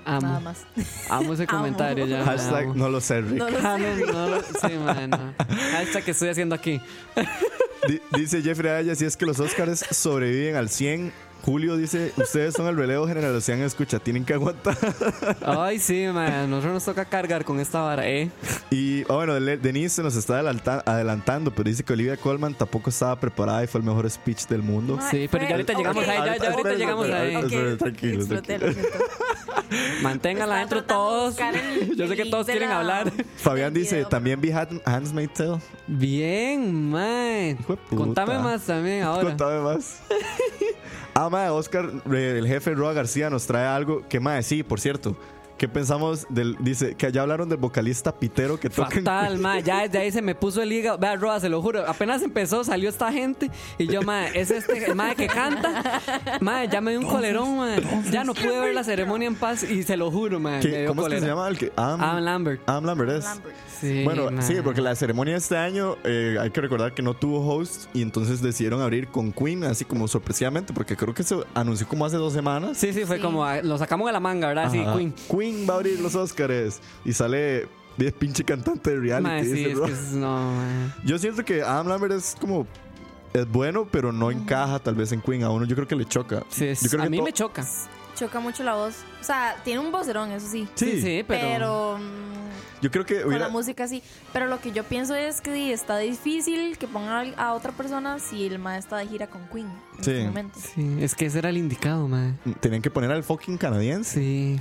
D: Nada
C: Amo,
D: más.
C: amo ese
D: Amo.
C: comentario ya.
B: Hashtag
C: amo.
B: no lo sé, Rick.
D: [LAUGHS] No lo
C: Ah, no, no lo- sí, man, no. Hashtag que estoy haciendo aquí.
B: Di- dice Jeffrey Ayala, si es que los Oscars sobreviven al 100. Julio dice, ustedes son el relevo generación escucha, tienen que aguantar.
C: Ay, sí, man. Nosotros nos toca cargar con esta vara, ¿eh?
B: Y ah, bueno, Le- Denise se nos está adelanta- adelantando, pero dice que Olivia Colman tampoco estaba preparada y fue el mejor speech del mundo.
C: Sí, pero ya ahorita llegamos ahí, ya, ya ahorita llegamos ahí.
B: Espera, espera, tranquilo,
D: Exploté, lo siento.
C: Manténgala adentro
D: Estaba tratando de
C: todos. [LAUGHS]
D: buscar el-
C: Yo sé que
D: el
C: todos
D: link de
C: quieren
D: la-
C: hablar.
B: Fabián
D: del
B: dice,
D: video.
B: también vi Hand- Hands Made Tale.
C: Bien, mae.
B: Hijo de puta.
C: Contame más también ahora.
B: Contame
C: [LAUGHS]
B: más. Ah, mae, Oscar, eh, el jefe Roa García nos trae algo que, mae, sí, por cierto. ¿Qué pensamos del. Dice que ya hablaron del vocalista pitero que toca. en-
C: Fatal, mae. Ya desde ahí se me puso el hígado. Vea, Roa, se lo juro. Apenas empezó, salió esta gente. Y yo, mae, es este mae que canta. Mae, ya me dio un colerón, mae. Ya no pude ver la ceremonia en paz. Y se lo juro, mae. me
B: ¿Qué-
C: dio
B: ¿Cómo es [LAUGHS] que
C: cólera.
B: se llama? El que, Am,
C: Adam Lambert.
B: Am Lambert es.
D: Lambert.
C: Sí,
B: Bueno,
C: mae.
B: sí, porque la ceremonia este año eh, hay que recordar que no tuvo host y entonces decidieron abrir con Queen, así como sorpresivamente, porque creo que se anunció como hace dos semanas.
C: Sí, sí, fue
D: Sí.
C: como. ah, Lo sacamos de la manga, ¿verdad? Sí,
B: Ajá.
C: Queen.
B: Queen va a abrir los Oscars y sale de pinche cantante de reality.
C: Mae, sí,
B: dice
C: es
B: Roa.
C: que es- no, mae.
B: Yo siento que Adam Lambert es como. Es bueno, pero no encaja tal vez en Queen. A uno yo creo que le choca.
C: Sí, es-
B: yo creo
C: a
B: que
C: mí
B: to-
C: me choca.
D: Choca mucho la voz. O sea, tiene un vocerón, eso sí.
B: Sí,
C: Sí, sí, pero.
D: Pero. mm,
B: Yo creo que
D: con
B: hubiera-
D: la música sí. Pero lo que yo pienso es que sí, está difícil que pongan a a otra persona si el maestro está de gira con Queen en
B: Sí.
D: este momento.
C: Sí, es que ese era el indicado, mae.
B: tenían que poner al fucking canadiense,
C: Sí.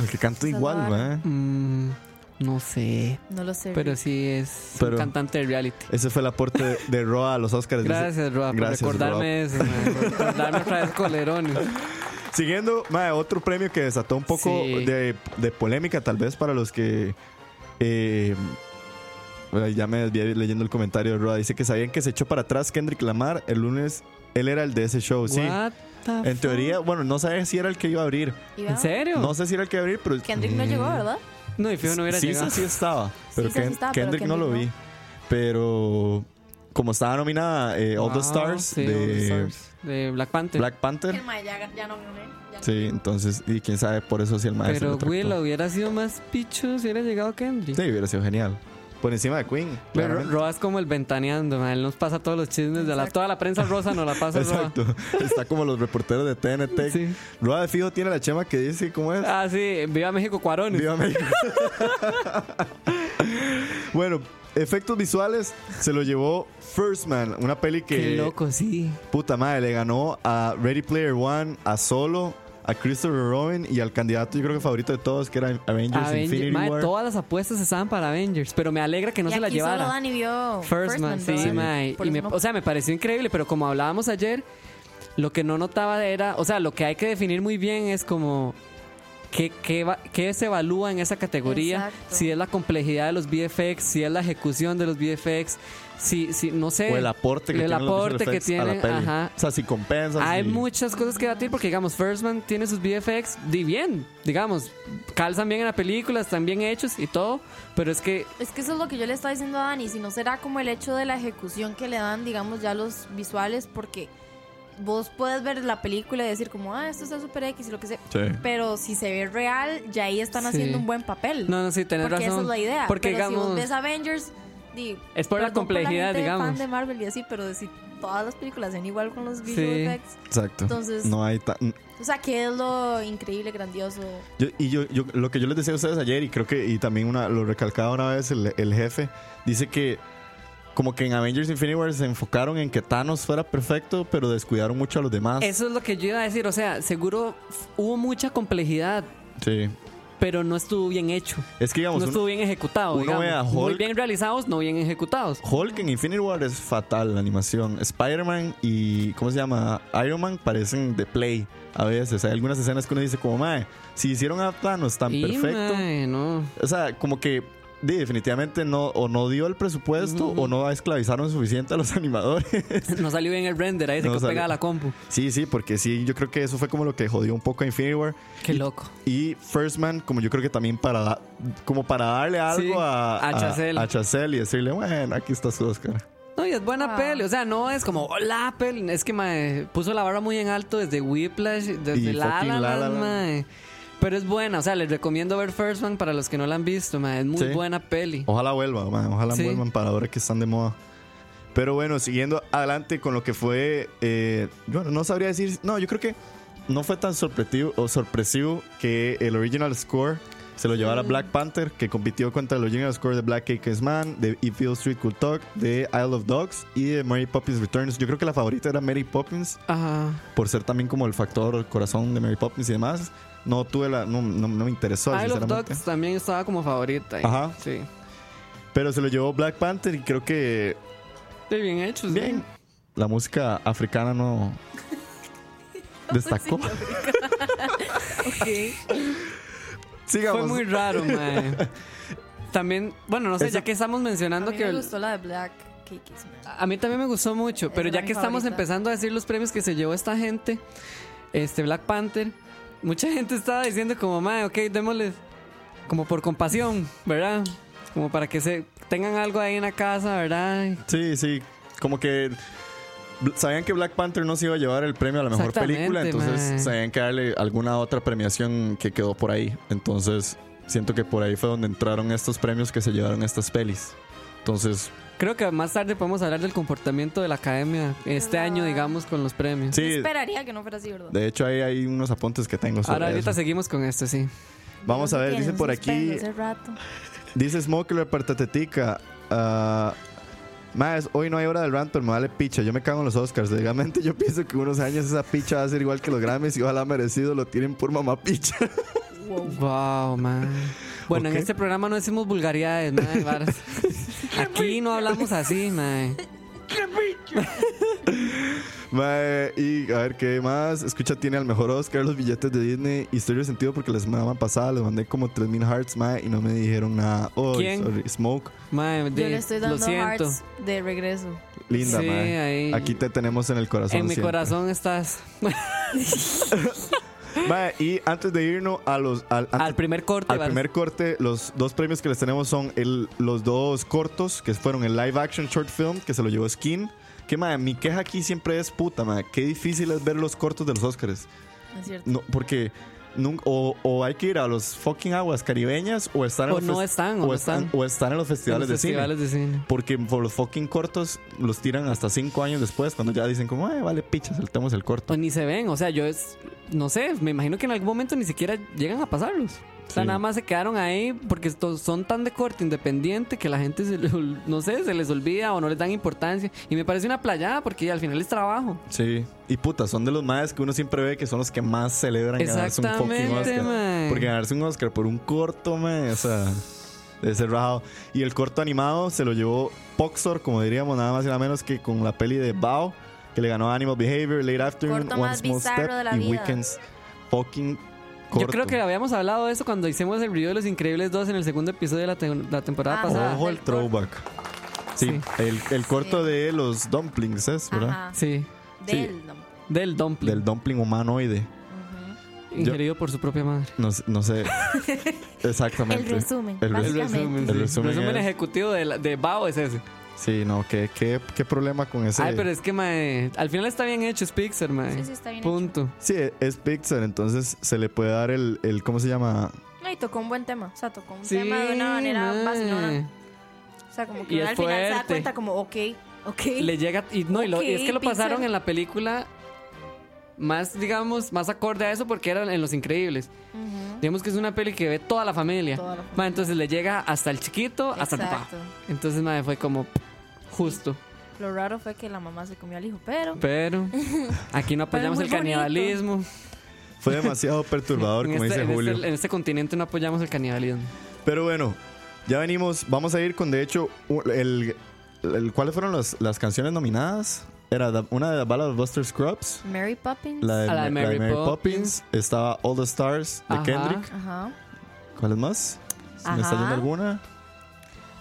B: al que canta igual,
D: Salvador.
B: man.
C: mm, no sé.
D: No lo sé.
C: Pero sí es
B: Pero-
C: un cantante de reality.
B: Ese fue el aporte de, de Roa a los Oscars. Dice-
C: Gracias, Roa, por
B: Gracias,
C: recordarme eso, mae, por recordarme otra vez colerones.
B: Siguiendo, mae, otro premio que desató un poco
C: Sí.
B: de, de polémica, tal vez para los que. eh, bueno, ya me desvié leyendo el comentario de Roa. Dice que sabían que se echó para atrás Kendrick Lamar el lunes. Él era el de ese show, Pues sí.
C: What the
B: En
C: fuck?
B: teoría, bueno, no sabía si era el que iba a abrir.
D: ¿Y va?
C: ¿En serio?
B: No sé si era el que iba a abrir, pero.
D: Kendrick no llegó, ¿verdad?
C: No, y fijo no hubiera
B: sí,
C: llegado.
B: sí estaba. Pero,
D: Sisa sí
B: Ken-
D: estaba, pero
B: Kendrick no lo
D: Kendrick
B: vi. Pero. Como estaba nominada eh, All the
C: Wow,
B: Stars
C: Ah, sí,
B: de
C: All the Stars, de Black Panther.
B: Black Panther.
D: mae ya, ya no gané. ya no-
B: Sí, entonces, y quién sabe por eso si el maestro.
C: Pero Willow hubiera sido más picho si hubiera llegado Kendrick.
B: Sí, hubiera sido genial. Por encima de Queen.
C: Pero
B: claramente.
C: Roa es como el ventaneando, mae, él nos pasa todos los chismes de la, toda la prensa rosa, nos la pasa Roa.
B: Exacto. Está como los reporteros de TNT.
C: Sí.
B: Roa de Fijo tiene la chema que dice, ¿cómo es?
C: Ah, sí, viva México Cuarones.
B: Viva México. bueno, efectos visuales se lo llevó First Man, una peli que.
C: Qué loco, sí.
B: Puta madre, le ganó a Ready Player One, a Solo, a Christopher Robin y al candidato, yo creo que favorito de todos, que era Avengers
C: Avenger-
B: Infinity
C: mae,
B: War.
C: todas las apuestas estaban para Avengers, pero me alegra que no
D: y
C: se la
D: aquí
C: llevara.
D: solo Dani vio
C: First Man, sí,
D: ¿verdad?
C: mae.
D: Por
C: Y me-
D: eso no-
C: O sea, me pareció increíble, pero como hablábamos ayer, lo que no notaba era, o sea, lo que hay que definir muy bien es como qué, qué, va- qué se evalúa en esa categoría,
D: Exacto.
C: si es la complejidad de los VFX, si es la ejecución de los VFX, si, si no sé.
B: o el aporte que
C: el
B: tienen los
C: aporte
B: visual
C: que
B: effects a la
C: tienen,
B: peli.
C: ajá.
B: O sea, si compensa.
C: Hay
B: si-
C: muchas cosas que batir porque, digamos, First Man tiene sus VFX di bien, digamos, calzan bien en la película, están bien hechos y todo, pero es que
D: Es que eso es lo que yo le estaba diciendo a Dani, si no será como el hecho de la ejecución que le dan, digamos, ya los visuales, porque vos puedes ver la película y decir como, ah, esto está super X y lo que sea,
B: Sí.
D: pero si se ve real, ya ahí están
C: Sí.
D: haciendo un buen papel.
C: No, no, sí, tenés
D: porque
C: razón.
D: esa es la idea.
C: Porque,
D: pero si
C: digamos-
D: vos ves Avengers, di,
C: Es por la
D: perdón
C: complejidad,
D: gente
C: digamos.
D: fan de Marvel y así, pero si todas las películas son igual con los visual
C: Sí.
D: effects,
B: Exacto.
D: Entonces-
B: no hay ta-
D: o sea, que es lo increíble, grandioso?
B: Yo- y yo, yo- lo que yo les decía a ustedes ayer, y creo que y también una, lo recalcaba una vez el, el jefe, dice que como que en Avengers Infinity War se enfocaron en que Thanos fuera perfecto, pero descuidaron mucho a los demás.
C: Eso es lo que yo iba a decir, o sea, seguro f- hubo mucha complejidad,
B: Sí.
C: pero no estuvo bien hecho.
B: Es que digamos,
C: no
B: un-
C: estuvo bien ejecutado.
B: uno
C: digamos.
B: ve a Hulk-
C: Muy bien realizados, no bien ejecutados.
B: Hulk en Infinity War es fatal la animación. Spider-Man y. ¿Cómo se llama? Iron Man parecen de play a veces. Hay algunas escenas que uno dice, como, mae, si hicieron a Thanos tan
C: Y,
B: perfecto.
C: mae, no. [LAUGHS]
B: O sea, como que. di, definitivamente no, o no dio el presupuesto o no esclavizaron suficiente a los [LAUGHS] animadores.
C: No salió bien el render, ahí se
B: No
C: quedó
B: salió.
C: pegada la compu.
B: sí, sí, porque sí, yo creo que eso fue como lo que jodió un poco a Infinity War.
C: Qué loco.
B: Y First Man, como yo creo que también para, da- como para darle algo
C: Sí,
B: a,
C: a Chazelle.
B: a Chazelle y decirle, bueno, aquí está su Oscar.
C: No, y es buena
D: Ah.
C: peli, o sea, no es como la peli, es que mae, puso la barra muy en alto desde Whiplash, desde
B: Y
C: La
B: fucking
C: La
B: La La
C: Land,
B: Land.
C: mae. Pero es buena, o sea, les recomiendo ver First Man para los que no la han visto, mae, es muy
B: Sí. Oh.
C: buena peli.
B: Ojalá vuelva, man. ojalá
C: Sí.
B: vuelvan para ahora que están de moda. Pero bueno, siguiendo adelante con lo que fue, eh, bueno, no sabría decir, no, yo creo que no fue tan sorpresivo, o sorpresivo que el original score se lo llevara
C: Mm.
B: Black Panther, que compitió contra el original score de Black Cakes Man, de If Hill Street Could Talk, de Isle of Dogs y de Mary Poppins Returns. Yo creo que la favorita era Mary Poppins,
C: Ajá.
B: por ser también como el factor corazón de Mary Poppins y demás. no tuve la. No, no- no me interesó,
C: Isle of
B: sinceramente.
C: Dogs también estaba como favorita. ahí.
B: Ajá.
C: Sí.
B: Pero se lo llevó Black Panther y creo que.
C: Sí, bien hecho. sí.
B: Bien. La música africana
C: [LAUGHS]
B: no. [LAUGHS] Destacó. [LAUGHS]
D: Ok.
B: Sigamos.
C: Fue muy
B: [LAUGHS]
C: raro, mae. También, bueno, no sé,
B: Esa-
C: ya que estamos mencionando
D: A mí
C: que...
D: me gustó la de Black Cake Kiss Me.
C: A mí también me gustó mucho, pero
D: era
C: ya
D: mi
C: que estamos
D: favorita.
C: empezando a decir los premios que se llevó esta gente, este Black Panther, mucha gente estaba diciendo como, mae, ok, démosle como por compasión, ¿verdad? Como para que se tengan algo ahí en la casa, ¿verdad?
B: Sí, sí. Como que bl- sabían que Black Panther no se iba a llevar el premio a la mejor
C: Exactamente,
B: película, entonces
C: mae.
B: sabían que darle alguna otra premiación que quedó por ahí. Entonces siento que por ahí fue donde entraron estos premios que se llevaron estas pelis. Entonces,
C: Creo que más tarde podemos hablar del comportamiento de la academia este año,
D: Ah.
C: digamos, con los premios.
B: sí,
D: Esperaría que no fuera así, ¿verdad?
B: de hecho ahí hay unos apuntes que tengo sobre
C: Ahora ahorita
B: eso.
C: seguimos con esto, sí.
B: Vamos a ver,
D: Tiene
B: dice
D: un
B: por
D: suspenso
B: aquí,
D: hace rato.
B: dice Smoker Partatetica. ah, más, hoy no hay hora del rant, pero me vale picha. Yo me cago en los Oscars. Legalmente yo pienso que unos años esa picha va a ser igual que los Grammys y ojalá merecido lo tienen por mamá picha. [LAUGHS]
C: Wow, man. Bueno,
B: Ok.
C: en este programa no decimos vulgaridades, mae,
D: [LAUGHS]
C: varas. Aquí no hablamos así, mae.
B: Mae, y a ver qué más. Escucha, tiene al mejor Oscar los billetes de Disney. Y estoy resentido porque la semana pasada les mandé como 3000 hearts, mae, y no me dijeron nada. Oh,
C: ¿Quién?
B: sorry, Smoke.
C: Mae, di-
D: Yo le estoy
C: lo
D: dando
C: siento.
D: hearts de regreso.
B: Linda,
C: Sí,
B: mae.
C: ahí.
B: Aquí te tenemos en el corazón.
C: En mi
B: siempre.
C: corazón estás. [LAUGHS]
B: Mae, y antes de irnos a los, al, antes-
C: Al primer corte.
B: al
C: vas-
B: primer corte, los dos premios que les tenemos son el, los dos cortos, que fueron el live action short film, que se lo llevó Skin. Que, mae, mi queja aquí siempre es puta, mae. Qué difícil es ver los cortos de los Oscars.
D: ¿no Es cierto.
B: No, porque nun- o, o hay que ir a los fucking aguas caribeñas o estar en
C: O
B: los
C: no
B: fes-
C: están, o no están.
B: pues, o están en los
C: en
B: festivales
C: los
B: de
C: festivales
B: cine.
C: de cine.
B: Porque por los fucking cortos los tiran hasta cinco años después, cuando ya dicen como, "Ay, vale, picha, saltemos el corto.
C: O pues ni se ven, o sea, yo es, no sé, me imagino que en algún momento ni siquiera llegan a pasarlos. O sea,
B: Sí.
C: nada más se quedaron ahí porque estos son tan de corte independiente que la gente, se le ol- no sé, se les olvida o no les dan importancia. Y me parece una playada porque al final es trabajo.
B: Sí. Y puta, son de los más que uno siempre ve que son los que más celebran ganarse un fucking
C: Exactamente,
B: Oscar.
C: mae.
B: Porque ganarse un Oscar por un corto, mae, o sea, de cerrado. Y el corto animado se lo llevó Poxor, como diríamos, nada más y nada menos que con la peli de Bao, que le ganó Animal Behavior, Late Afternoon,
D: Corto
B: One
D: más
B: Small
D: bizarro
B: Step
D: de la
B: y
D: vida.
B: Weekends. Fucking corto.
C: Yo creo que habíamos hablado de eso cuando hicimos el video de Los Increíbles 2 en el segundo episodio de la, te- la temporada
D: Ah,
C: pasada.
B: Ojo el
D: del corto.
B: throwback. Sí, El, el corto de los dumplings, ¿es? ¿Verdad?
D: Ajá.
C: Sí,
B: Sí.
D: Del, no.
C: del dumpling,
B: Del dumpling humanoide.
C: ingerido por su propia madre.
B: No, sé- no
D: [LAUGHS]
B: sé. Exactamente.
D: El resumen,
B: El resumen.
D: básicamente.
B: El resumen es-
C: ejecutivo de, la- de Bao es ese.
B: Sí, no, ¿qué, qué, qué problema con ese?
C: Ay, pero es que, mae, al final está bien hecho, es Pixar, mae.
D: Sí, sí, está bien
C: Punto.
B: Sí, es Pixar, entonces se le puede dar el, el ¿cómo se llama?
D: No, y tocó un buen tema. O sea, tocó un
C: Sí,
D: tema de una manera
C: mae.
D: vacilona. O sea, como que
C: Y
D: uno
C: es
D: al final se da
C: fuerte.
D: cuenta como, ok, ok.
C: Le llega y no, y, lo- y es que lo
D: Ok,
C: pasaron
D: Pixar.
C: en la película más, digamos, más acorde a eso porque eran en Los Increíbles.
D: Ujú.
C: Digamos que es una peli que ve toda la familia.
D: Toda la familia.
C: Mae, entonces le llega hasta el chiquito, hasta el papá.
D: Exacto.
C: Entonces, mae, fue como justo.
D: Lo raro fue que la mamá se comió al hijo, pero... [LAUGHS]
C: Pero aquí no apoyamos
D: muy
C: el
D: bonito.
C: canibalismo.
B: Fue
C: [LAUGHS]
B: demasiado perturbador,
C: En
B: como
C: este- en
B: dice
C: este-
B: Julio.
C: en este continente no apoyamos el canibalismo.
B: Pero bueno, ya venimos, vamos a ir con, de hecho, u- el, el- ¿cuáles fueron las, las canciones nominadas? Era da- una de The Ballad of Buster Scrubs,
D: Mary Poppins.
B: la de,
C: A la de
B: Ma- la de
C: Mary
B: Mary Poppins, estaba All the Stars de
C: Ajá.
B: Kendrick.
D: Ajá,
B: ¿Cuáles más? ¿Se ¿Me está
D: Ajá.
B: yendo alguna?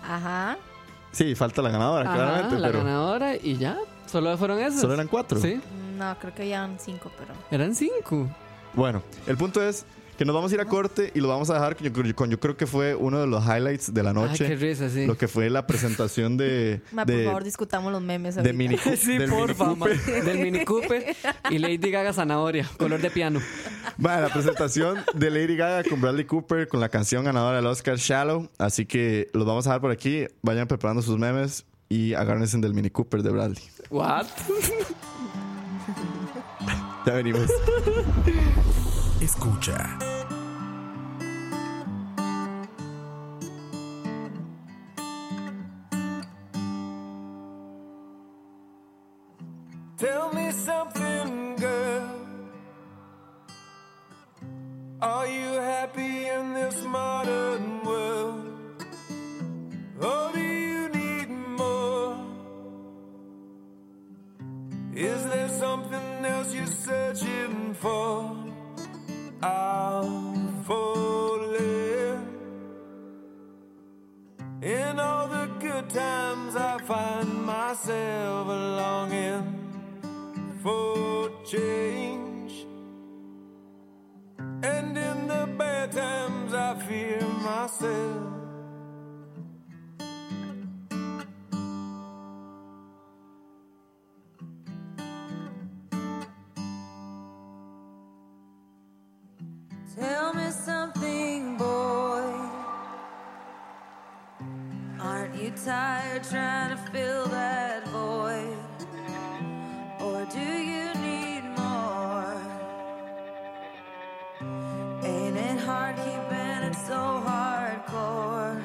D: ajá.
B: Sí, falta la ganadora,
C: Ajá,
B: Ah, claramente,
C: la
B: pero
C: ganadora y ya. Solo fueron esas.
B: solo eran cuatro.
C: Sí,
D: No, creo que ya cinco, pero...
C: eran cinco.
B: Bueno, el punto es que nos vamos a
C: Ah.
B: ir a corte y lo vamos a dejar con, con- con- yo creo que fue uno de los highlights de la
C: Ah, qué
B: noche.
C: risa, sí.
B: Lo que fue la presentación de,
D: Ma, por favor,
B: de,
D: discutamos los memes
B: de
C: [LAUGHS]
D: ahorita.
B: Mini Coo-
C: [LAUGHS] Sí,
B: del Mini
C: porfa,
B: Coo-
C: ma. Del Mini Cooper y Lady Gaga zanahoria, color de piano.
B: Ma, la presentación de Lady Gaga con Bradley Cooper con la canción ganadora del Oscar Shallow. Así que los vamos a dejar por aquí. Vayan preparando sus memes y agárrense del Mini Cooper de Bradley.
C: What?
B: Ya venimos.
E: Escucha.
F: Tell me something, girl. Are Oh, times I find myself longing for change. And in the bad times I fear myself.
G: Tell me something, boy. Aren't you tired trying to fill that void? Or do you need more? Ain't it hard keeping it so hardcore?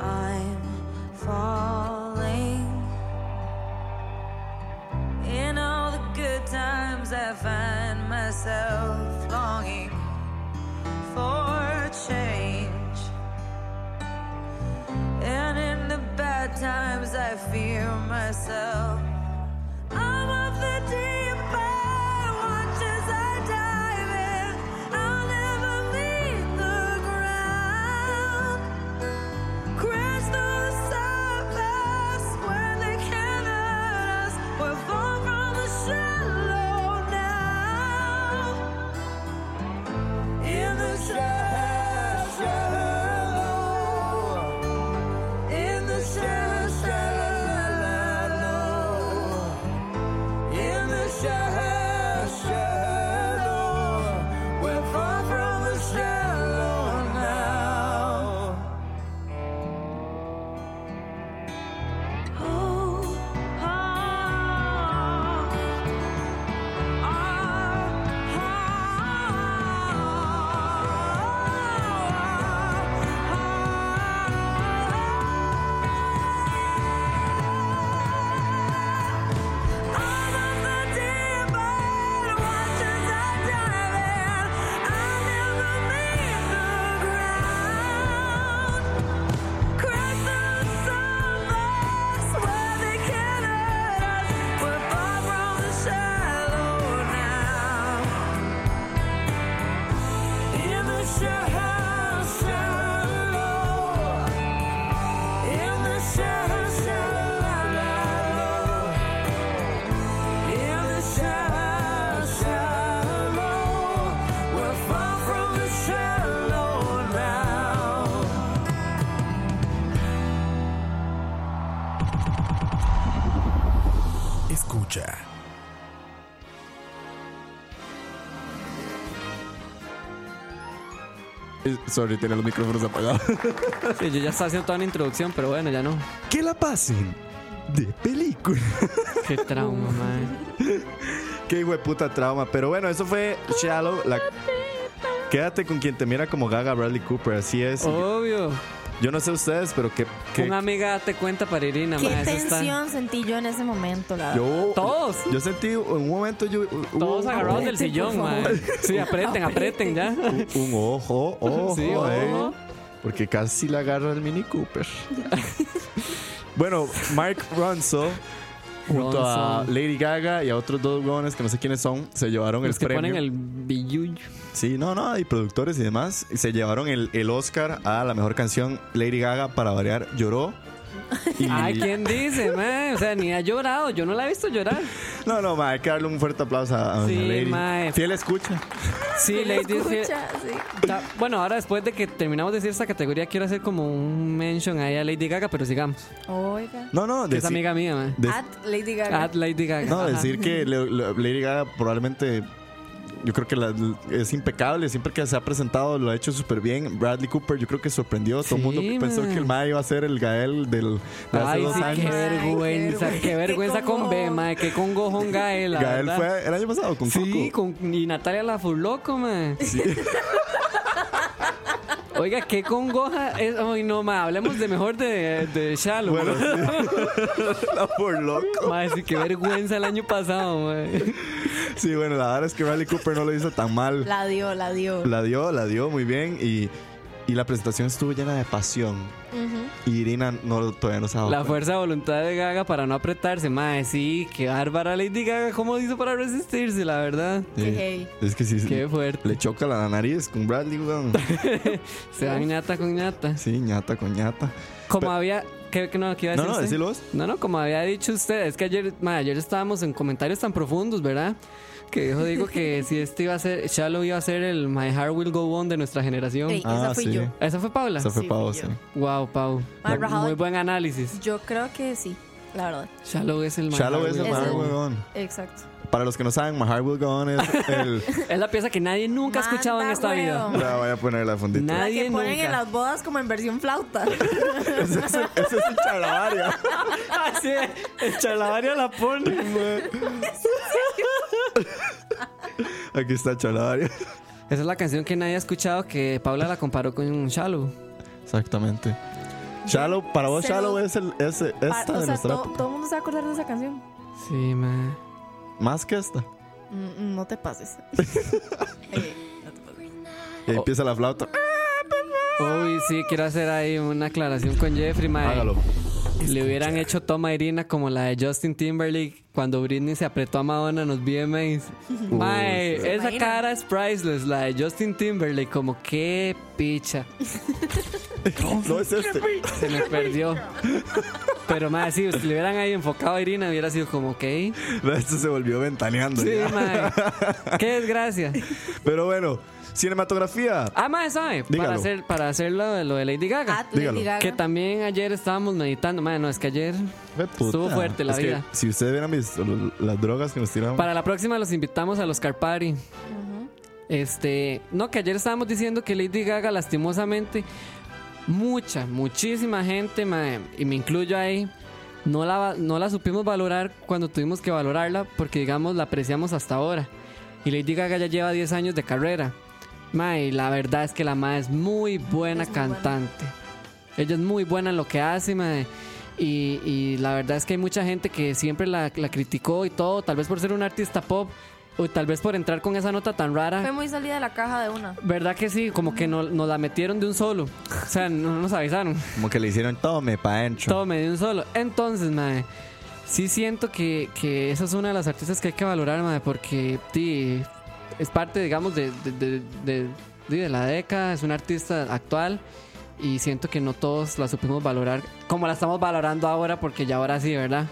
G: I'm falling. In all the good times, I find myself longing for change. And in the bad times, I fear myself. I'm of the deep end, watch as I dive in. I'll never meet the ground. Crash through the surface where they can hurt us. We're far from the shallow now. In the shadow, shallow. In the shadow, shallow. In the shadow, shallow. We're far from the shallow now. Oh, ah.
E: Escucha.
B: Sorry, tenía los micrófonos apagados.
C: Sí, yo ya estaba haciendo toda una introducción, pero bueno, ya no.
B: que la pasen de película.
C: Qué trauma, madre.
B: Qué hijo de puta trauma. Pero bueno, eso fue Shallow. La... Quédate con quien te mira como Gaga Bradley Cooper. Así es.
C: Oh. Obvio.
B: Yo no sé ustedes, pero que. que-
C: Una amiga te cuenta para Irina,
D: Qué
C: madre. Eso está.
D: tensión sentí yo en ese momento, la verdad.
B: yo,
C: Todos.
B: Yo uh, sentí en un momento. Yo, hubo
C: Todos
B: un-
C: agarrados del
D: Aprieten, por
C: sillón,
D: favor.
C: madre. Sí, aprieten, aprieten ya.
B: Un ojo, ojo,
C: Sí, ojo.
B: eh, porque casi la agarra el Mini Cooper. bueno, Mark Ronson junto a
C: Ronson.
B: Lady Gaga y a otros dos huevones que no sé quiénes son, se llevaron
C: Los
B: el
C: que
B: premio.
C: ponen el billuyo.
B: Sí, no, no, y productores y demás, y se llevaron el, el Oscar a la mejor canción. Lady Gaga, para variar,
C: [LAUGHS]
B: lloró. Y-
C: Ay, ¿quién dice, mae? O sea, ni ha llorado. Yo no la he visto
D: [LAUGHS]
C: llorar.
B: No, no, ma, hay que darle un fuerte aplauso a, a
C: Sí, eh.
B: Lady.
C: mae.
B: Fiel escucha.
C: Sí, Lady es que-
D: Escucha, sí.
C: ta- Bueno, ahora después de que terminamos de decir esta categoría, quiero hacer como un mention ahí a Lady Gaga, pero sigamos.
D: Oiga.
B: No, no,
C: Que es
B: deci-
C: amiga mía, mae.
B: de-
D: At Lady Gaga.
C: At Lady Gaga.
B: No,
C: Ajá.
B: decir que le- le- Lady Gaga probablemente. Yo creo que la- es impecable. Siempre que se ha presentado lo ha hecho súper bien. Bradley Cooper, yo creo que sorprendió. Todo el
C: Sí,
B: mundo
C: man.
B: pensó que el Mae iba a ser el Gael del, de hace
C: Ay,
B: dos
C: sí, qué
B: años.
C: vergüenza,
D: Ay, qué
C: qué vergüenza con
D: congojón.
C: B, mae, qué congojón Gael, la
B: Gael
C: verdad.
B: fue el año pasado con
C: Sí,
B: Coco.
C: con, y Natalia la Furloco, mae. [LAUGHS] Oiga, qué congoja es. Ay, no, mae, hablemos de mejor de, de Shallow.
B: Bueno,
C: mae.
B: sí. [LAUGHS] No, por loco.
C: Mae, sí, qué vergüenza el año pasado, mae.
B: Sí, bueno, la verdad es que Bradley Cooper no lo hizo tan mal.
D: La dio, la dio.
B: La dio, la dio muy bien y, y la presentación estuvo llena de pasión. Y Irina no, todavía no sabe.
C: La fuerza de voluntad de Gaga para no apretarse, mae. Sí, qué bárbara Lady Gaga, cómo hizo para resistirse, la verdad.
D: Qué heavy.
B: Es que sí,
C: Qué fuerte.
B: le choca la nariz con Bradley, weón.
C: Se dan ñata con ñata.
B: Sí, ñata con ñata.
C: Como había ¿Qué, qué no, qué iba a
B: No,
C: decir
B: no,
C: usted?
B: decilo vos.
C: No, no, como había dicho usted, es que ayer, ma, ayer estábamos en comentarios tan profundos, ¿verdad? Que dijo,
B: [LAUGHS]
C: digo que si este iba a ser, Shallow iba a ser el My Heart Will Go On de nuestra generación.
D: Ey,
B: Ah,
D: esa fui
B: sí.
D: yo.
C: ¿Esa fue Paula?
B: Eso fue
D: Ah, Sí,
B: para
D: fui
B: vos, eh.
D: yo.
B: sí.
C: Wow, Pau.
D: Ma, rajado.
C: Muy buen análisis.
D: Yo creo que sí, la verdad.
C: Shallow es el My
B: Shallow
C: Heart
B: es
C: Will
B: el
C: Go
B: My Heart
C: On.
B: Will Go On.
D: Exacto.
B: Para los que no saben, My Heart Will Go On
C: [LAUGHS]
B: es el.
C: Es la pieza que nadie nunca ha escuchado en
D: Manda
C: esta vida.
D: huevo.
B: Ya voy a poner la fundita.
D: La
C: Nadie
D: que ponen
C: nunca.
D: en las bodas como en
B: [LAUGHS]
D: versión flauta.
B: Ese es el, ese es el
D: [LAUGHS]
B: chalabaria.
C: Ah, sí, el chalabaria la pone.
B: Aquí está el chalabaria.
C: Esa es la canción que nadie ha escuchado que Paula la comparó con Shallow.
B: Exactamente. Shallow, para vos,
D: Se lo-
B: Shallow es el, es esta
D: Pa- Ah, o
B: de
D: sea,
B: nuestra
D: to-
B: época.
D: todo el mundo se va a acordar de esa canción.
C: Sí, ma.
B: Más que esta.
D: Mm, mm, no
B: [LAUGHS]
D: te pases. [LAUGHS] Eh, no te pases.
B: Y ahí empieza la flauta.
C: Uy, sí, quiero hacer ahí una aclaración con Jeffrey, ma.
B: Hágalo.
C: Le hubieran hecho toma Irina como la de Justin Timberlake cuando Britney se apretó a Madonna en los VMAs. Mae,
B: sí.
C: eh, esa
D: Imagina.
C: cara es priceless, la de Justin Timberlake, como qué picha.
B: No es este. [LAUGHS]
C: Se me perdió. Pero mae, si le hubieran ahí enfocado a Irina, hubiera sido como, ok. Sí,
B: Este se volvió ventaneando. ya.
C: mae. Qué desgracia.
B: [LAUGHS] Pero bueno, cinematografía.
C: Ah, mae, ¿sabe?
B: Dígalo.
C: Para hacer, para hacer lo, de- lo de Lady
D: Ah,
C: Gaga.
D: Lady
B: Dígalo.
D: Gaga.
C: Que también ayer estábamos meditando. Mae, no, es que ayer
B: Fue puta.
C: estuvo fuerte la
B: Es que
C: vida.
B: si ustedes hubieran visto lo- las drogas que nos tiramos.
C: Para la próxima los invitamos a los Carpari. Este, no, que ayer estábamos diciendo que Lady Gaga lastimosamente mucha, muchísima gente, mae, y me incluyo ahí, no la, va- no la supimos valorar cuando tuvimos que valorarla porque digamos la apreciamos hasta ahora. Y Lady Gaga ya lleva 10 años de carrera. Mae, y la verdad es que la mae es muy buena
D: Es muy buena.
C: cantante. Ella es muy buena en lo que hace, mae. Y, y la verdad es que hay mucha gente que siempre la, la criticó y todo, tal vez por ser un artista pop, o tal vez por entrar con esa nota tan
D: Fue
C: rara.
D: muy salida de la caja de una.
C: ¿Verdad que sí? Como que no- nos la metieron de un solo. O sea, no nos avisaron.
B: Como que le hicieron tome pa' dentro.
C: Todo me de un solo. Entonces, mae, sí siento que, que esa es una de las artistas que hay que valorar, mae, porque ti, es parte, digamos, de, de, de- de- de- de la década, es una artista actual y siento que no todos la supimos valorar como la estamos valorando ahora, porque ya ahora sí, ¿verdad?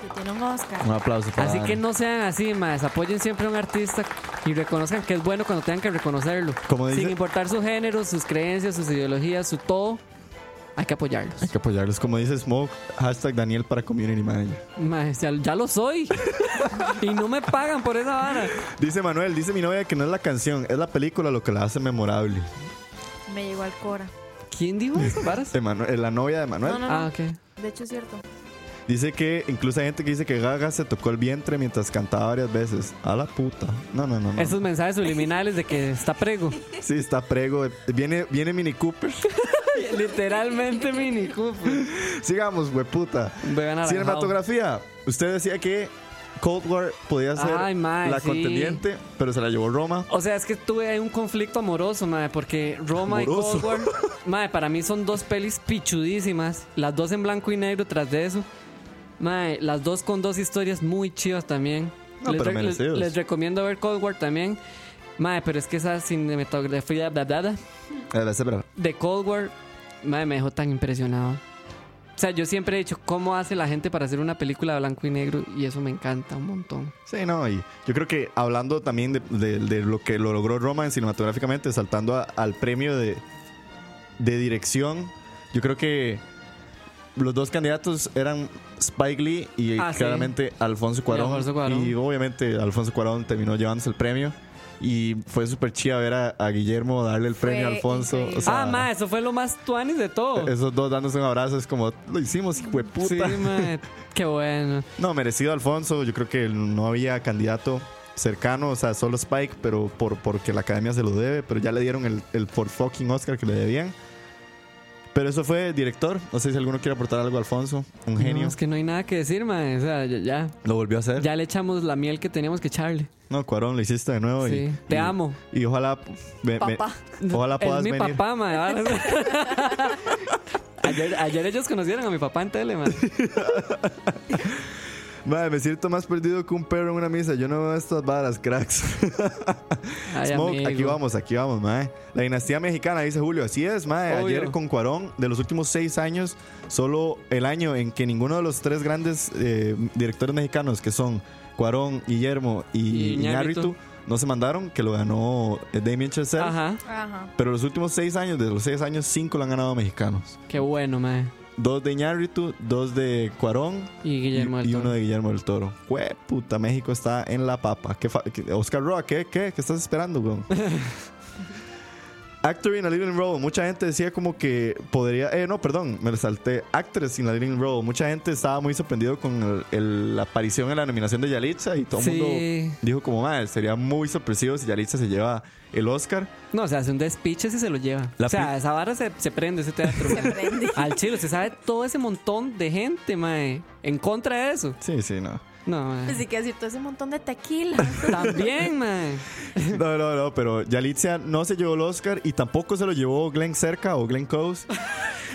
D: Que tiene un Oscar.
B: Un aplauso para
C: Así que
B: Dani.
C: no sean así, más apoyen siempre a un artista y reconozcan que es bueno cuando tengan que reconocerlo.
B: Como
C: Sin
B: dice-
C: importar su género, sus creencias, sus ideologías, su todo, hay que apoyarlos.
B: Hay que apoyarlos. Como dice Smoke, hashtag Daniel para Community Manager.
C: Mae, ya, ya lo soy. y no me pagan por esa vara.
B: Dice Manuel, dice mi novia que no es la canción, es la película lo que la hace memorable.
D: Me llegó al Cora.
C: ¿Quién dijo esas varas?
B: Emanu- eh, la novia de Manuel.
D: No, no, no.
C: Ah, ok.
D: De hecho, es cierto.
B: Dice que incluso hay gente que dice que Gaga se tocó el vientre mientras cantaba varias veces. A la puta. No, no, no. no.
C: Esos mensajes subliminales de que está prego.
B: Sí, está prego. Viene, viene Mini Cooper. [LAUGHS]
C: Literalmente mini Cooper.
B: Sigamos, hueputa.
C: Vegan anaranjado.
B: Cinematografía. Usted decía que Cold War podía ser
C: Ay, mae,
B: la
C: sí.
B: contendiente, pero se la llevó Roma.
C: O sea, es que tuve ahí un conflicto amoroso, madre, porque Roma
B: Amoroso.
C: y Cold War, madre, para mí son dos pelis pichudísimas, las dos en blanco y negro tras de eso. Madre, las dos con dos historias muy chivas también.
B: No, pero merecidos.
C: les recomiendo ver Cold War también. Madre, pero es que esa cinematografía bla, bla, bla,
B: A ver, espera.
C: de Cold War, madre, me dejó tan impresionado. O sea, yo siempre he dicho, ¿cómo hace la gente para hacer una película de blanco y negro? Y eso me encanta un montón.
B: Sí, no, y yo creo que hablando también de, de- de lo que lo logró Roma en cinematográficamente, saltando a- al premio de, de dirección, yo creo que los dos candidatos eran Spike Lee y
C: Ah, sí.
B: claramente Alfonso Cuarón.
C: Alfonso Cuarón.
B: Y obviamente Alfonso Cuarón terminó llevándose el premio. Y fue súper chida ver a, a Guillermo darle el premio a
D: Fue
B: Alfonso.
D: increíble.
B: O sea,
C: ah, madre, eso fue lo más tuanis de todo.
B: Esos dos dándose un abrazo es como, lo hicimos, hijo de puta.
C: Sí, mae, qué bueno.
B: No, merecido Alfonso. Yo creo que no había candidato cercano, o sea, solo Spike, pero por, porque la academia se lo debe, pero ya le dieron el, el por fucking Oscar que le debían. Pero eso fue director. No sé si alguno quiere aportar algo a Alfonso. Un genio.
C: No, es que no hay nada que decir, mae. O sea, ya, ya,
B: Lo volvió a hacer.
C: ya le echamos la miel que teníamos que echarle.
B: No, Cuarón, lo hiciste de nuevo. y-
C: Sí. Te
B: y-
C: amo.
B: Y ojalá. ve- ve-
D: Papá.
B: ojalá
C: Es
B: puedas
C: mi
B: venir.
C: papá, mae. ahora- [LAUGHS] ayer, ayer ellos conocieron a mi papá en tele, mae.
B: Madre, me siento más perdido que un perro en una misa. Yo no veo estas varas, cracks. [LAUGHS]
C: Ay,
B: Smoke,
C: amigo.
B: aquí vamos, aquí vamos, mae. La dinastía mexicana, dice Julio. Así es, mae.
C: Obvio.
B: Ayer con Cuarón, de los últimos seis años, solo el año en que ninguno de los tres grandes eh, directores mexicanos, que son Cuarón, Guillermo y,
C: Y Iñárritu.
B: Iñárritu, no se mandaron, que lo ganó eh, Damien Chazelle.
C: Ajá,
D: Ajá.
B: Pero los últimos seis años, de los seis años, cinco lo han ganado mexicanos.
C: qué bueno, mae.
B: Dos de Iñárritu, dos de Cuarón
C: Y
B: y-
C: Guillermo del
B: y,
C: Toro.
B: uno de Guillermo del Toro. Jue puta, México está en la papa. ¿Qué fa- qué- Oscar Roa, ¿qué, qué? ¿Qué estás esperando,
C: [LAUGHS]
B: weón? Actor in a Living Role. Mucha gente decía como que podría. Eh, no, perdón, me lo salté. Actress in a Living Role. Mucha gente estaba muy sorprendido con el- el- la aparición en la nominación de Yalitza y todo el
C: Sí.
B: mundo dijo, como, madre, sería muy sorpresivo si Yalitza se lleva el Oscar.
C: No, o sea, hace un despiche si se lo lleva.
B: La
C: o sea,
B: pi-
C: esa barra se, se prende ese
D: [LAUGHS]
C: teatro. mae.
D: Prende.
C: Al chile, usted sabe todo ese montón de gente, mae. En contra de eso.
B: Sí, sí, no.
C: No, mae.
D: Así que decir todo ese montón
C: [LAUGHS]
D: de tequila. [LAUGHS]
C: También, mae.
B: [LAUGHS] No, no, no, pero Yalitza no se llevó el Oscar y tampoco se lo llevó Glenn Cerca o Glenn
C: [LAUGHS]
B: Close.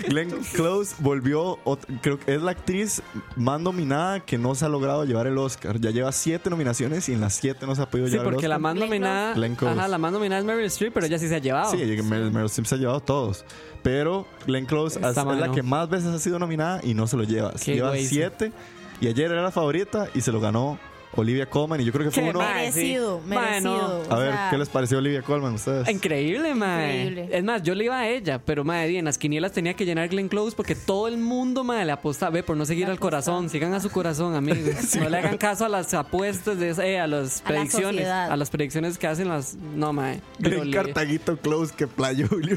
B: Glenn Close volvió, ot- creo que es la actriz más nominada que no se ha logrado llevar el Oscar. Ya lleva siete nominaciones y en las siete no se ha podido
C: Sí,
B: llevar
C: porque
B: el
C: la
B: Oscar.
C: más
D: Glenn Close.
C: nominada.
B: Glenn Close.
C: Ajá, la más nominada es Meryl Streep, pero ella sí se ha llevado.
B: Sí, ella- Meryl, Meryl Streep se ha llevado todos. Pero Glenn Close
C: Esta
B: es, es la
C: mano.
B: que más veces ha sido nominada y no se lo lleva.
C: Qué
B: lleva
C: güey, sí.
B: siete y ayer era la favorita y se lo ganó Olivia Colman y yo creo que fue
C: Qué
B: uno...
C: mal. mae, sí.
D: merecido,
C: Mae, no.
D: merecido.
B: A
D: o
B: ver,
D: sea,
B: ¿qué les pareció Olivia Colman a ustedes?
C: Increíble, mae.
D: Increíble.
C: Es más, yo le iba a ella, pero mae, di, en las quinielas tenía que llenar Glenn Close porque todo el mundo mae le aposta, ve, por no seguir al corazón, sigan a su
B: [LAUGHS]
C: corazón, amigos. No le hagan caso a las apuestas de esa- eh, a las
D: A la
C: predicciones,
D: sociedad.
C: a las predicciones que hacen las no mae. Pero
B: Glenn
C: le-
B: Cartaguito Close que Playa
C: [LAUGHS]
B: Julio.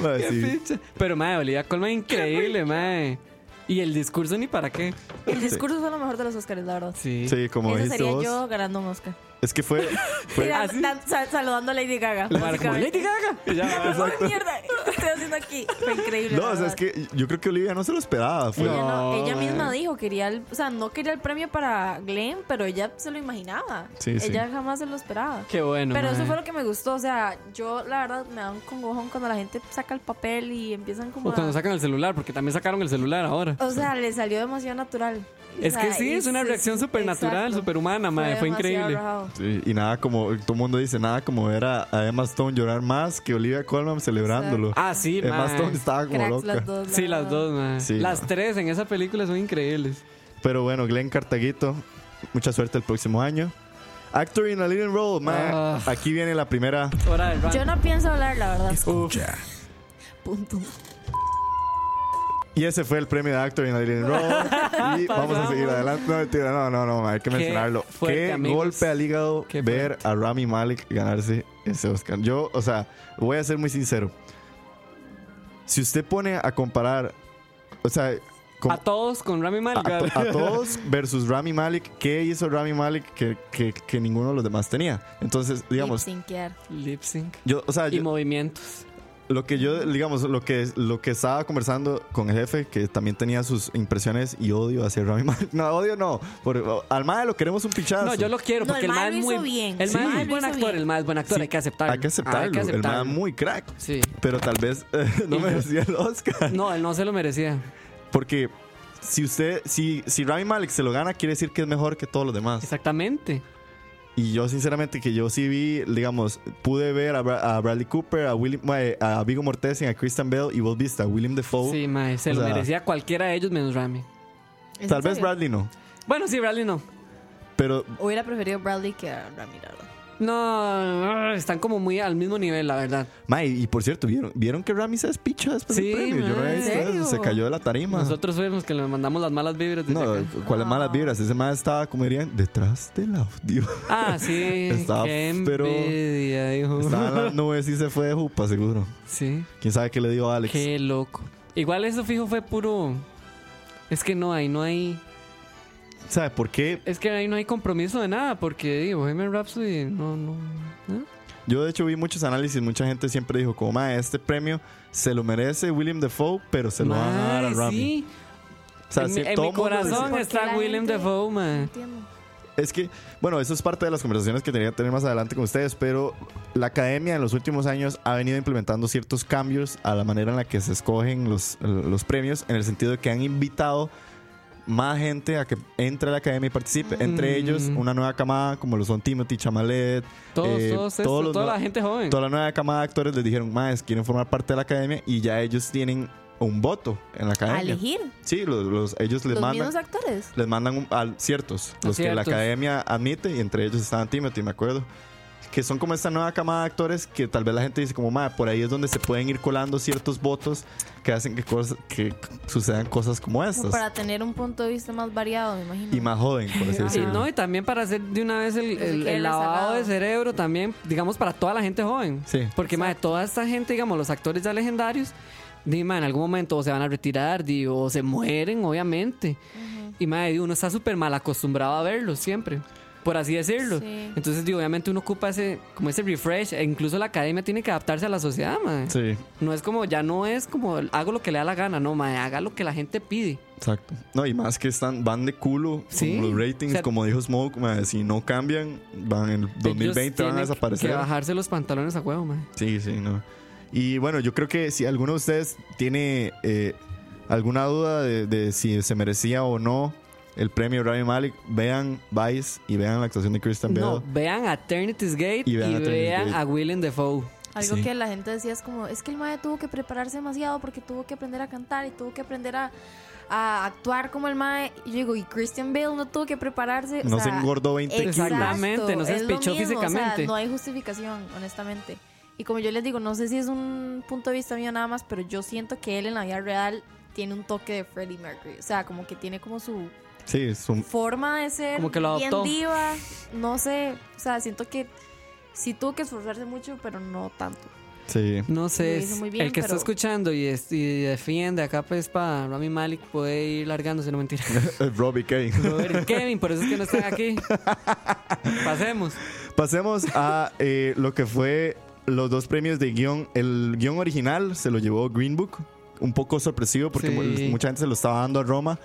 B: Mae, sí.
C: Picha. Pero mae, Olivia Colman increíble, mae. Y el discurso ni para qué.
D: El discurso fue lo mejor de los Oscars, la verdad.
C: Sí.
B: Sí, como
D: Eso
B: dijiste
D: sería
B: vos.
D: yo ganando un Oscar.
B: Es que
D: [LAUGHS]
B: fue. fue-
D: Mira,
C: ¿así?
D: dan- sal- saludando a Lady Gaga.
C: Mae, como
D: básicamente.
C: Lady Gaga. Y ya,
D: ¡Ay, mierda! ¿Qué estoy haciendo aquí? Fue increíble.
B: no,
D: la
B: o sea,
D: verdad.
B: es que yo creo que Olivia no se lo esperaba. Fue,
D: Ella, no-
C: No,
D: ella
C: mae.
D: misma dijo, quería el, o sea, no quería el premio para Glenn, pero ella se lo imaginaba.
B: Sí, sí.
D: ella jamás se lo esperaba.
C: Qué bueno.
D: pero eso
C: mae.
D: fue lo que me gustó, o sea, yo la verdad me da un congojón cuando la gente saca el papel y empiezan como
C: o cuando
D: a-
C: sacan el celular, porque también sacaron el celular ahora.
D: O sea, le salió demasiado natural. O
C: Es que
D: sea,
C: sí,
D: y
C: es una
D: se-
C: reacción supernatural,
D: exacto.
C: superhumana, mae, fue
D: demasiado
C: increíble.
D: rajado.
B: sí, y nada como. Todo el mundo dice nada como ver a, a Emma Stone llorar más que Olivia Colman celebrándolo.
C: Ah, sí,
B: Emma
C: mae.
B: Stone estaba como
D: Cracks
B: loca.
D: las dos. la
C: Sí, las
D: verdad.
C: dos, mae.
B: Eh, Sí,
C: las
B: mae.
C: tres en esa película son increíbles.
B: Pero bueno, Glenn Cartaguito, mucha suerte el próximo año. Actor in a Living Role, mae.
C: Ah.
B: Aquí viene la primera.
C: Hora del rant.
D: Yo no pienso hablar, la verdad.
E: Escucha.
D: Punto.
B: Y ese fue el premio de Actor en Adrenaline
C: [LAUGHS]
B: Row. y vamos a seguir adelante. No, mentira, no, no, no, hay que
C: Qué
B: mencionarlo. Qué,
C: fuerte, amigos.
B: golpe al hígado
C: Qué
B: ver a Rami Malik ganarse ese Oscar. Yo, o sea, voy a ser muy sincero. Si usted pone a comparar, o sea, com-
C: A todos con Rami Malek.
B: a, to- a todos versus Rami Malik, ¿qué hizo Rami Malik que, que- que ninguno de los demás tenía? Entonces, [LAUGHS] digamos,
D: Sin
C: Lip sync.
B: yo, o sea,
C: Y
B: Ah, yo-
C: movimientos.
B: lo que yo, digamos, lo que, lo que estaba conversando con el jefe, que también tenía sus impresiones y odio hacia Rami Malek. [LAUGHS] No, odio no. Por, al mae lo queremos un pichazo.
C: No, yo lo quiero
D: No,
C: porque
D: el
C: el
D: mae
C: más
D: lo
C: es
D: hizo
C: muy
D: bien.
C: El
D: Sí.
C: más
D: El mae
C: es
D: lo
C: buen
D: hizo
C: actor,
D: bien.
C: el más es buen actor,
B: Sí,
C: hay que aceptarlo.
B: Hay que aceptarlo.
C: Hay que
B: El mae
C: aceptarlo.
B: muy crack.
C: Sí.
B: Pero tal vez [LAUGHS] eh, no
C: Y-
B: merecía el Oscar.
C: No, él no se lo merecía.
B: Porque si usted, si, si Rami Malek se lo gana, quiere decir que es mejor que todos los demás.
C: Exactamente.
B: Y yo, sinceramente, que yo sí vi, digamos, pude ver a, Bra- a Bradley Cooper, a, William, eh, a Vigo Mortensen, a Kristen Bell y vos viste a William Defoe.
C: Sí, mae, se
B: o
C: lo
B: sea-
C: merecía cualquiera de ellos menos Rami.
B: tal vez Bradley no.
C: Bueno, sí, Bradley no.
B: Pero
D: Hubiera preferido Bradley que a Rami, la verdad.
C: No, ah, están como muy al mismo nivel, la verdad.
B: Mae, y por cierto, ¿vieron, ¿vieron que Rami se despicha después
C: Sí,
B: del premio? Yo no
C: mae.
B: había visto
D: ¿En
B: eso,
D: serio?
B: se cayó de la tarima.
C: Nosotros fuimos los que le mandamos las malas vibras desde
B: no,
C: acá.
B: ¿cuáles malas vibras? Ese mae estaba, como dirían, detrás del
C: [LAUGHS]
B: audio.
C: Ah, sí.
B: [LAUGHS] Estaba
C: qué
B: pero-
C: envidia, hijo.
B: Estaba en las nubes y se fue de jupa, seguro.
C: [LAUGHS] Sí.
B: ¿Quién sabe qué le dio a Alex?
C: Qué loco. Igual eso fijo fue puro. Es que no hay, no hay.
B: ¿Sabe por qué?
C: Es que ahí no hay compromiso de nada, porque digo, Bohemian Rhapsody, no, no. ¿eh?
B: Yo, de hecho, vi muchos análisis. Mucha gente siempre dijo, como, mae, este premio se lo merece William Defoe, pero se lo van a dar a
C: Mae,
B: Rami.
C: sí.
B: O sea,
C: en,
B: sí,
C: mi- en
B: todo
C: mi
B: el mundo decía-
C: corazón
D: Porque
C: está
D: la
C: Willem
D: gente-
C: Dafoe,
D: No
C: man.
D: entiendo.
B: Es que, bueno, eso es parte de las conversaciones que tenía que tener más adelante con ustedes, pero la academia en los últimos años ha venido implementando ciertos cambios a la manera en la que se escogen los, los premios, en el sentido de que han invitado más gente a que entre a la academia y participe.
C: Mm.
B: Entre ellos, una nueva camada, como lo son Timothy Chamalet.
C: Todos, todos estos,
B: Eh, los
C: toda
B: nue-
C: la gente joven.
B: Toda la nueva camada de actores les dijeron, más quieren formar parte de la academia y ya ellos tienen un voto en la academia.
D: A elegir
B: Sí, los, los- ellos les
D: los
B: mandan.
D: mismos actores.
B: Les mandan un- a ciertos,
C: A
B: los que la
C: Ah, ciertos.
B: academia admite, y entre ellos estaban Timothy, me acuerdo. Que son como esta nueva camada de actores que tal vez la gente dice, como, "Ma, por ahí es donde se pueden ir colando ciertos votos que hacen que, cosas, que sucedan cosas como
D: Como
B: estas.
D: para tener un punto de vista más variado, me imagino.
B: Y más joven, por así
D: Ajá.
C: Y
B: decirlo.
C: no, y también para hacer de una vez el,
D: No se
C: el-
D: quede
C: el lavado
D: rezagado.
C: de cerebro también, digamos, para toda la gente joven.
B: Sí.
C: Porque, más de toda esta gente, digamos, los actores ya legendarios, di, mae, en algún momento o se van a retirar, di, o se mueren, obviamente. Y, mae, di, uno está súper mal acostumbrado a verlos siempre, por así decirlo.
D: Sí.
C: Entonces, di, obviamente uno ocupa ese, como ese refresh. E incluso la academia tiene que adaptarse a la sociedad, mae.
B: Sí,
C: No es como, ya no es como, hago lo que le da la gana, no, mae, haga lo que la gente pide.
B: exacto. No, y más que están, van de culo
C: Sí.
B: con los ratings,
C: O sea-
B: como dijo Smoke, ma, si no cambian, van en el 2020 van a
C: Ellos tienen
B: desaparecer.
C: Que bajarse los pantalones a huevo, mae.
B: Sí, sí, no. Y bueno, yo creo que si alguno de ustedes tiene eh, alguna duda de, de si se merecía o no el premio Rami Malik, vean Vice y vean la actuación de Kristen Bell.
C: No, vean a Eternity's Gate y
B: Y vean
C: vean,
B: a Eternity's Gate.
C: a Willem Dafoe.
D: Algo
B: Sí.
D: que la gente decía es como, es que el mae tuvo que prepararse demasiado porque tuvo que aprender a cantar y tuvo que aprender a, a actuar como el mae. Y yo digo, y Christian Bale no tuvo que prepararse. o
B: No se
D: sea,
B: engordó 20 kilos.
C: Exactamente, no se
D: es lo
C: espichó
D: mismo, o sea,
C: físicamente.
D: no hay justificación, honestamente. Y como yo les digo, no sé si es un punto de vista mío nada más, pero yo siento que él en la vida real tiene un toque de Freddie Mercury. O sea, como que tiene como su
B: Sí, es un-
D: forma de ser
C: Como que lo adoptó.
D: bien diva. No sé, o sea, siento que sí tuvo que esforzarse mucho, pero no tanto.
B: sí.
C: No sé,
D: Lo hizo
C: es-
D: muy bien,
C: el que está
D: pero-
C: escuchando y, es- y defiende acá pues para Rami Malik puede ir largándose,
B: [LAUGHS]
C: no mentira.
B: Robbie Kane.
C: Robert y Kevin, por eso es que no están aquí. Pasemos.
B: [LAUGHS] Pasemos a eh, lo que fue los dos premios de guión. El guión original se lo llevó Green Book, un poco sorpresivo porque
C: Sí.
B: mu- mucha gente se lo estaba dando a Roma.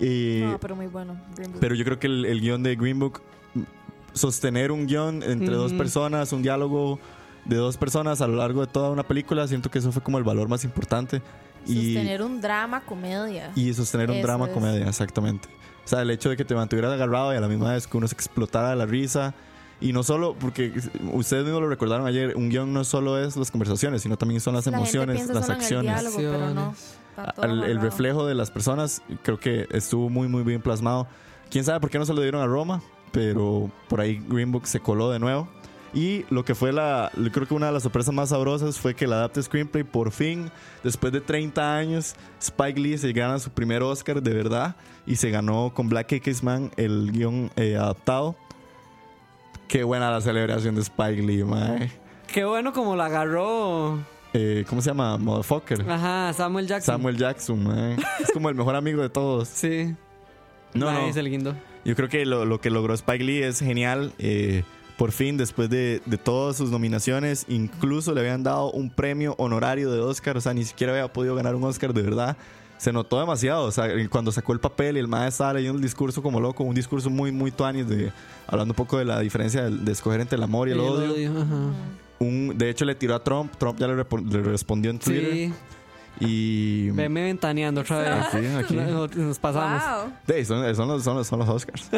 B: Y,
D: No, pero muy bueno. Green Book.
B: Pero yo creo que el, el guión de Green Book, m- sostener un guión entre dos
C: Ujú.
B: personas, un diálogo de dos personas a lo largo de toda una película, siento que eso fue como el valor más importante. Y
D: Sostener un drama, comedia.
B: y sostener un
D: Eso
B: drama
D: es.
B: comedia, exactamente. O sea, el hecho de que te mantuvieras agarrado y a la misma vez que uno se explotara de la risa. Y no solo, porque ustedes mismos lo recordaron ayer, un guión no solo es las conversaciones, sino también son las
D: La gente
B: emociones,
D: piensa
B: las
D: solo en el
B: acciones.
D: diálogo, pero no, está todo
B: Al- el
D: amarrado.
B: reflejo de las personas creo que estuvo muy muy bien plasmado. Quién sabe por qué no se lo dieron a Roma, pero por ahí Green Book se coló de nuevo. Y lo que fue la, yo creo que una de las sorpresas más sabrosas fue que el Adapted Screenplay por fin, después de 30 años, Spike Lee se gana su primer Oscar de verdad y se ganó con Black X-Man el guión eh, adaptado. Qué buena la celebración de Spike Lee, mae.
C: Qué bueno como lo agarró.
B: Eh, ¿Cómo se llama? Motherfucker.
C: Ajá, Samuel Jackson.
B: Samuel Jackson, mae. Es como el mejor amigo de todos.
C: Sí.
B: No,
C: Ahí
B: no.
C: es el guindo.
B: Yo creo que lo, lo que logró Spike Lee es genial. eh, por fin, después de, de todas sus nominaciones, incluso le habían dado un premio honorario de Oscar. O sea, ni siquiera había podido ganar un Oscar de verdad. Se notó demasiado. O sea, el- cuando sacó el papel y el maestro estaba leyendo el discurso como loco, un discurso muy, muy tuanis, de, hablando un poco de la diferencia de, de escoger entre el amor y el,
C: Yo lo
B: odio.
C: odio, ajá.
B: Un, de hecho, le tiró a Trump. Trump ya le, repo- le respondió en Twitter.
C: Sí,
B: Y.
C: veme ventaneando otra vez.
B: ¿Ah, Sí, aquí.
C: [LAUGHS] Nos, nos pasamos.
D: Wow.
B: Sí, son, son los, son los- son los
C: [LAUGHS]
B: Oscars.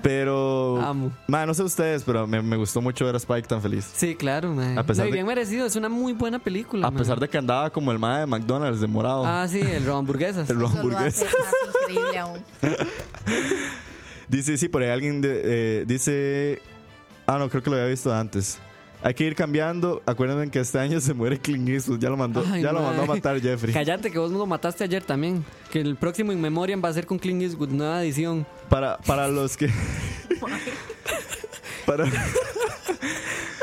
B: Pero.
C: Amo.
B: Ma, no sé ustedes, pero me, me gustó mucho ver a Spike tan feliz.
C: Sí, claro, man.
B: A pesar
C: no, y
B: de-
C: bien merecido, es una muy buena película.
B: A pesar de que andaba como el mae de McDonald's de morado.
C: Ah, sí, el ron hamburguesas.
B: el
D: Eso lo hace
B: hamburguesa.
D: más increíble aún.
B: [LAUGHS] Dice, sí, por ahí alguien de- eh, dice. Ah, no, creo que lo había visto antes. Hay que ir cambiando. Acuérdense que este año se muere Clint Eastwood. Ya lo mandó,
C: Ay,
B: ya lo
C: mae.
B: mandó a matar Jeffrey.
C: Cállate que vos lo mataste ayer también. Que el próximo In Memoriam va a ser con Clint Eastwood, nueva edición.
B: Para, para los
C: [LAUGHS]
B: que. para,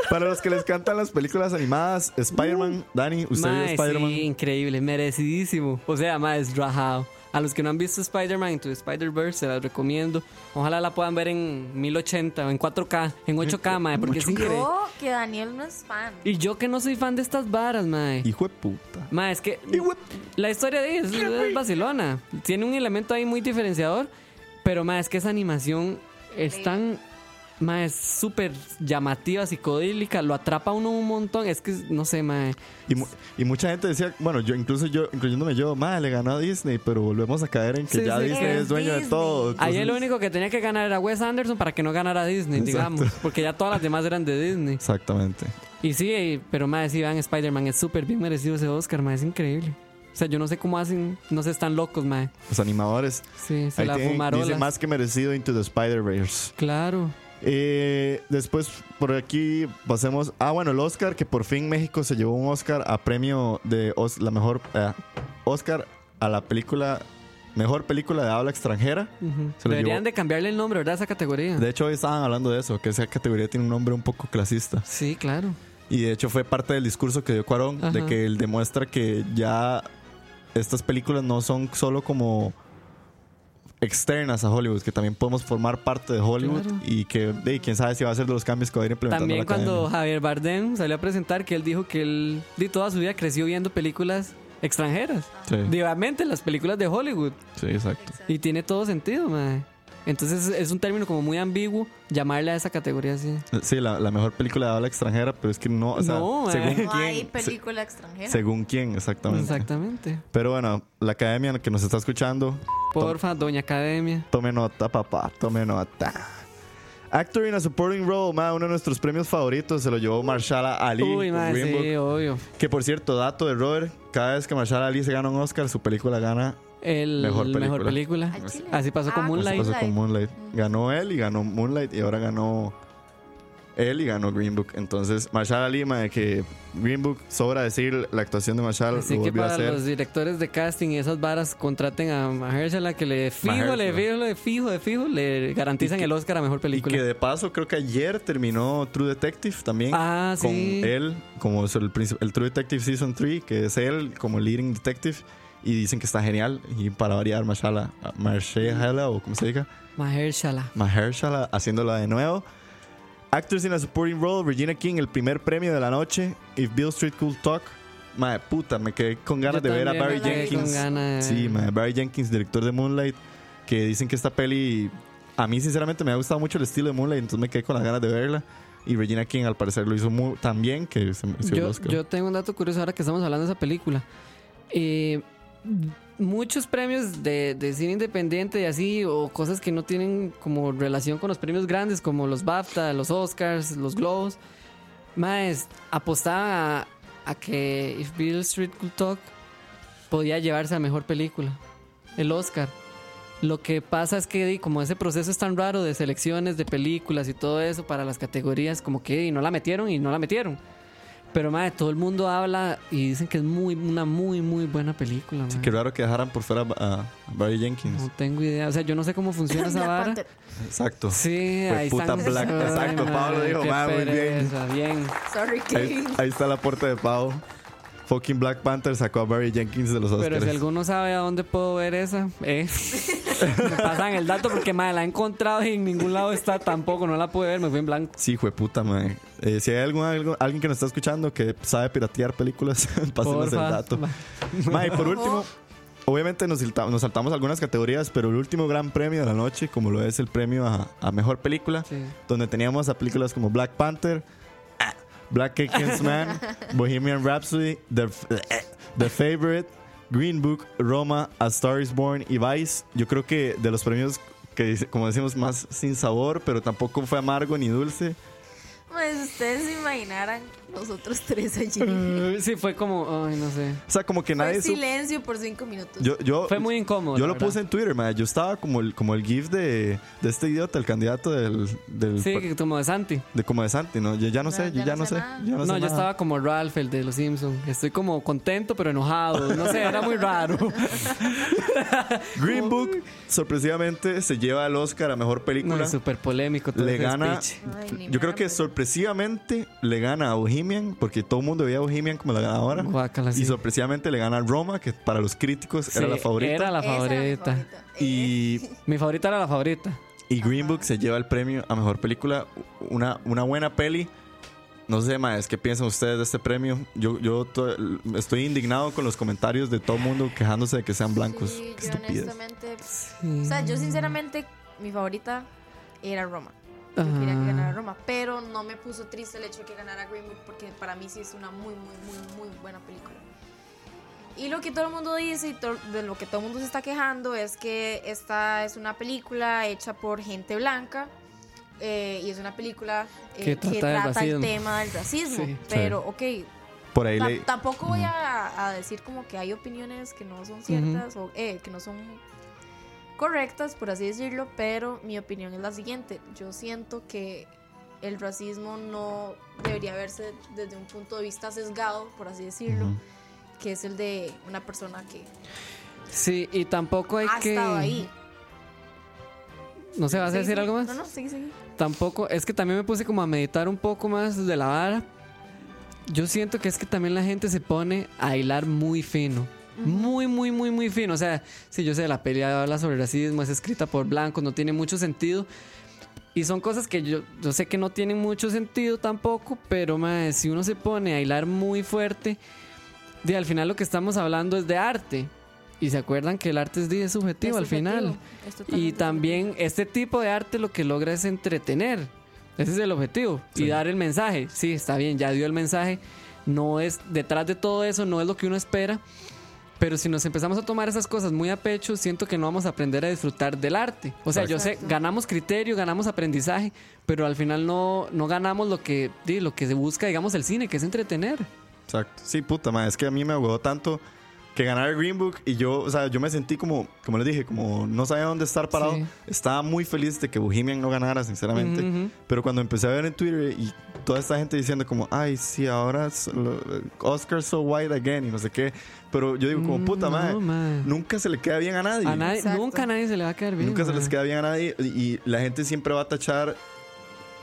B: para los que les cantan las películas animadas, Spider-Man, Dani, usted vio
C: Uh. Mae,
B: Spider-Man.
C: sí, increíble, merecidísimo. O sea, mae, es rajado. A los que no han visto Spider-Man Into the Spider-Verse, se las recomiendo. Ojalá la puedan ver en 1080 o en 4K,
B: [LAUGHS]
C: en 8K, mae, porque es increíble.
D: Yo, que Daniel no es fan.
C: Y yo que no soy fan de estas varas, mae.
B: Hijo de puta.
C: Mae, es que
B: Hijo de
C: la historia de es, es Barcelona. Tiene un elemento ahí muy diferenciador, pero mae, es que esa animación es tan mae, es súper llamativa, psicodélica, lo atrapa a uno un montón. Es que, no sé, mae.
B: Y, mu- y mucha gente decía, bueno, yo incluso yo, incluyéndome yo, madre, le ganó a Disney, pero volvemos a caer en que
C: Sí,
B: ya
C: sí,
B: Disney
D: sí.
B: es dueño de
D: Disney.
B: todo.
C: Ahí el
B: entonces-
C: único que tenía que ganar era Wes Anderson para que no ganara Disney,
B: Exacto.
C: digamos. Porque ya todas las demás eran de Disney.
B: Exactamente.
C: Y sí, eh, pero más sí, vean, Spider-Man es súper bien merecido ese Oscar, más es increíble. O sea, yo no sé cómo hacen, no sé, están locos, mae.
B: Los animadores.
C: Sí, se
B: Ahí
C: la
B: tienen-
C: fumaron.
B: dice más que merecido Into the Spider-Verse.
C: Claro.
B: Eh, después por aquí pasemos. Ah, bueno, el Oscar, que por fin México se llevó un Oscar a premio de Os- la mejor eh, Oscar a la película, mejor película de habla extranjera.
C: Ujú.
B: Se lo
C: Deberían
B: llevó.
C: de cambiarle el nombre, ¿verdad? A esa categoría.
B: De hecho, hoy estaban hablando de eso, que esa categoría tiene un nombre un poco clasista.
C: Sí, claro.
B: Y de hecho fue parte del discurso que dio Cuarón,
C: Ajá.
B: de que él demuestra que ya estas películas no son solo como externas a Hollywood, que también podemos formar parte de Hollywood
C: Claro.
B: y que de, quién sabe si va a ser de los cambios que va a ir implementando
C: También
B: la
C: cuando
B: academia.
C: Javier Bardem salió a presentar que él dijo que él de toda su vida creció viendo películas extranjeras.
B: Sí,
C: Obviamente las películas de Hollywood.
B: sí, exacto.
C: Y tiene todo sentido, mae. Entonces es un término como muy ambiguo llamarle a esa categoría así.
B: Sí, la, la mejor película de habla extranjera, pero es que no, o sea,
C: No, eh.
B: según
D: No hay
B: quién, se-
D: película extranjera.
B: según quién, exactamente.
C: Exactamente.
B: Pero bueno, la academia que nos está escuchando,
C: Porfa, Doña Academia.
B: Tome nota, papá, tome nota. Actor in a Supporting Role, ma, uno de nuestros premios favoritos, se lo llevó Marshala Ali.
C: Uy, mae,
B: Green Book.
C: sí, obvio.
B: Que por cierto, dato de Robert, cada vez que Marshala Ali se gana un Oscar, su película gana.
C: El
B: Mejor
C: mejor película.
B: película.
D: Al chile.
C: Así pasó con
D: Ah,
C: Moonlight.
B: Así pasó con Moonlight. Ganó él y ganó Moonlight y ahora ganó él y ganó Green Book. Entonces, Marshala Ali, ma, que Green Book, sobra decir, la actuación de Marshala
C: Así
B: lo
C: que
B: volvió a
C: para
B: hacer.
C: los directores de casting y esas varas contraten a Mahershala que le fijo, le fijo,
B: Mahershala.
C: le fijo, le fijo, le
B: Y
C: garantizan
B: que-
C: el Oscar a mejor
B: Y que
C: película.
B: de paso creo que ayer terminó True Detective también.
C: Ah,
B: con
C: sí.
B: él, como es el, princip- el True Detective Season 3, que es él como leading detective. Y dicen que está genial. Y para variar, Marshala, Marshala o como se diga,
C: Mahershala.
B: Mahershala haciéndola de nuevo. Actors in a Supporting Role, Regina King, el primer premio de la noche. If Bill Street Could Talk. Madre puta, me quedé con ganas
C: Yo
B: de ver a
C: también
B: Barry
C: me quedé con
B: Jenkins.
C: ganas de-
B: Sí, madre, Barry Jenkins, director de Moonlight, que dicen que esta peli. A mí, sinceramente, me ha gustado mucho el estilo de Moonlight, entonces me quedé con las ganas de verla. Y Regina King, al parecer, lo hizo muy, tan bien que se mereció el
C: Yo,
B: Oscar.
C: yo tengo un dato curioso ahora que estamos hablando de esa película. Eh, muchos premios de, de cine independiente y así, o cosas que no tienen como relación con los premios grandes, como los BAFTA, los Oscars, los Globos, más apostaban a, a que If Bill Street Could Talk podía llevarse a mejor película, el Oscar. Lo que pasa es que di, como ese proceso es tan raro de selecciones de películas y todo eso para las categorías, como que di, no la metieron y no la metieron. Pero madre, todo el mundo habla y dicen que es muy una muy muy buena película.
B: Sí,
C: mae.
B: qué raro que dejaran por fuera a a Barry Jenkins.
C: No tengo idea, o sea, yo no sé cómo
D: [LAUGHS]
C: funciona esa
D: Black
C: vara.
D: Panther.
B: Exacto.
C: Sí,
B: Fue
C: ahí
B: puta
C: están.
B: Black-
C: Ay,
B: exacto, Pablo
C: madre,
B: dijo,
C: qué
B: "Va, muy bien".
C: pereza, bien.
D: Sorry,
B: Ahí,
D: Kevin.
B: ahí está el aporte de Pau. Fucking Black Panther sacó a Barry Jenkins de los Oscars.
C: Pero si alguno sabe a dónde puedo ver esa, eh. [LAUGHS] me pasan el dato porque madre, la he encontrado y en ningún lado está tampoco, no la pude ver, me fui en blanco.
B: Sí, jueputa, man. Eh, si hay algún, algo- alguien que nos está escuchando que sabe piratear películas, [LAUGHS] pásenos el
C: Porfa. [LAUGHS]
B: dato.
C: Ma-
B: Ma, y por
C: [LAUGHS]
B: último, obviamente nos, salta- nos saltamos algunas categorías, pero el último gran premio de la noche, como lo es el premio a, a mejor película,
C: Sí.
B: donde teníamos a películas como Black Panther, ah, Black Kingsman,
D: [LAUGHS]
B: Man, Bohemian Rhapsody, The, The Favorite, Green Book, Roma, A Star is Born y Vice. Yo creo que de los premios que, dice- como decimos, más sin sabor, pero tampoco fue amargo ni dulce.
D: Pues ustedes se imaginaran nosotros tres allí.
C: Eh, Sí, fue como, ay, no sé.
B: O sea, como que Mm, nadie...
D: Fue
B: supo-
D: silencio por cinco minutos.
B: Yo, yo,
C: Fue muy incómodo.
B: Yo lo
C: la
B: puse
C: verdad.
B: en Twitter, madre. Yo estaba como el, como el GIF de, de este idiota, el candidato del. del
C: Sí, que como de Santi.
B: de como de Santi, ¿no? Yo ya no,
D: No,
B: sé, yo ya no sé.
D: nada.
B: ya
C: No,
B: sé
C: yo
B: nada.
C: estaba como Ralph, el de los Simpsons. Estoy como contento, pero enojado. No sé, era
B: [LAUGHS]
C: muy raro.
B: Green Book, sorpresivamente, se lleva el Oscar a mejor
C: No,
B: película.
C: es súper polémico. todo
B: le
C: ese
B: gana.
C: speech.
D: Ay, ni
B: yo creo que
D: madre.
B: sorpresivamente le gana a Bohemian, porque todo el mundo veía a Bohemian como la ganadora.
C: Guácala,
B: Y
C: sí.
B: sorpresivamente le gana a Roma, que para los críticos era
C: Sí,
B: la favorita.
C: Era la
D: Esa era mi
C: favorita.
D: favorita. Eh,
B: Y [LAUGHS]
C: Mi favorita era la favorita.
B: Y Green Book se lleva el premio a mejor película. Una, una buena peli. No sé, más ¿qué piensan ustedes de este premio? Yo, yo to- estoy indignado con los comentarios de todo el mundo quejándose de que sean blancos.
D: sí,
B: Qué
D: yo pues,
B: estupidez.
D: honestamente. O sea, yo sinceramente, mi favorita era Roma. Yo quería que
C: Ah.
D: ganara Roma, pero no me puso triste el hecho de que ganara Green Book porque para mí sí es una muy, muy, muy, muy buena película. Y lo que todo el mundo dice y to- de lo que todo el mundo se está quejando es que esta es una película hecha por gente blanca eh, y es una película
C: Que
D: eh, que
C: trata
D: trata,
C: del racismo.
D: el tema del racismo.
C: Sí.
D: Pero, ok,
B: Por ahí
D: Ta-
B: le-
D: tampoco voy a, a decir como que hay opiniones que no son ciertas o eh, que no son correctas, por así decirlo, pero mi opinión es la siguiente. Yo siento que el racismo no debería verse desde un punto de vista sesgado, por así decirlo, que es el de una persona que
C: Sí, y tampoco hay
D: ha
C: que.
D: estado ahí.
C: No sé, ¿vas a
D: Sí,
C: decir
D: sí.
C: algo más?
D: No, no, sigue, sigue.
C: Tampoco, es que también me puse como a meditar un poco más de la vara. Yo siento que es que también la gente se pone a hilar muy fino. Muy, muy, muy, muy fino. O sea, si yo sé, la pelea habla sobre racismo, es escrita por blancos, no tiene mucho sentido. Y son cosas que yo, yo sé que no tienen mucho sentido tampoco, pero mae, si uno se pone a hilar muy fuerte, de al final lo que estamos hablando es de arte. Y se acuerdan que el arte es, di, es subjetivo
D: Es
C: al final.
D: subjetivo, es
C: Y
D: totalmente
C: también este tipo de arte lo que logra es entretener. Ese es el objetivo. Y dar el mensaje. Sí, está bien, ya dio el mensaje. No es detrás de todo eso, no es lo que uno espera. Pero si nos empezamos a tomar esas cosas muy a pecho, siento que no vamos a aprender a disfrutar del arte. O sea, yo sé,
D: Exacto.
C: ganamos criterio, ganamos aprendizaje, pero al final no, no ganamos lo que, di, lo que se busca, digamos, el cine, que es entretener.
B: Exacto. Sí, puta madre, es que a mí me agüedó tanto que ganar el Green Book y yo, o sea, yo me sentí como, como les dije, como no sabía dónde estar parado.
C: Sí.
B: Estaba muy feliz de que Bohemian no ganara, sinceramente.
C: Ujú.
B: Pero cuando empecé a ver en Twitter y toda esta gente diciendo como, ay, sí, ahora es lo- Oscar so white again y no sé qué. Pero yo digo como,
C: Mm,
B: puta
C: no,
B: madre,
C: mae.
B: nunca se le queda bien a nadie.
C: A nadie,
D: Exacto.
C: nunca a nadie se le va a quedar bien.
B: Nunca se les
C: mae.
B: queda bien a nadie y y la gente siempre va a tachar.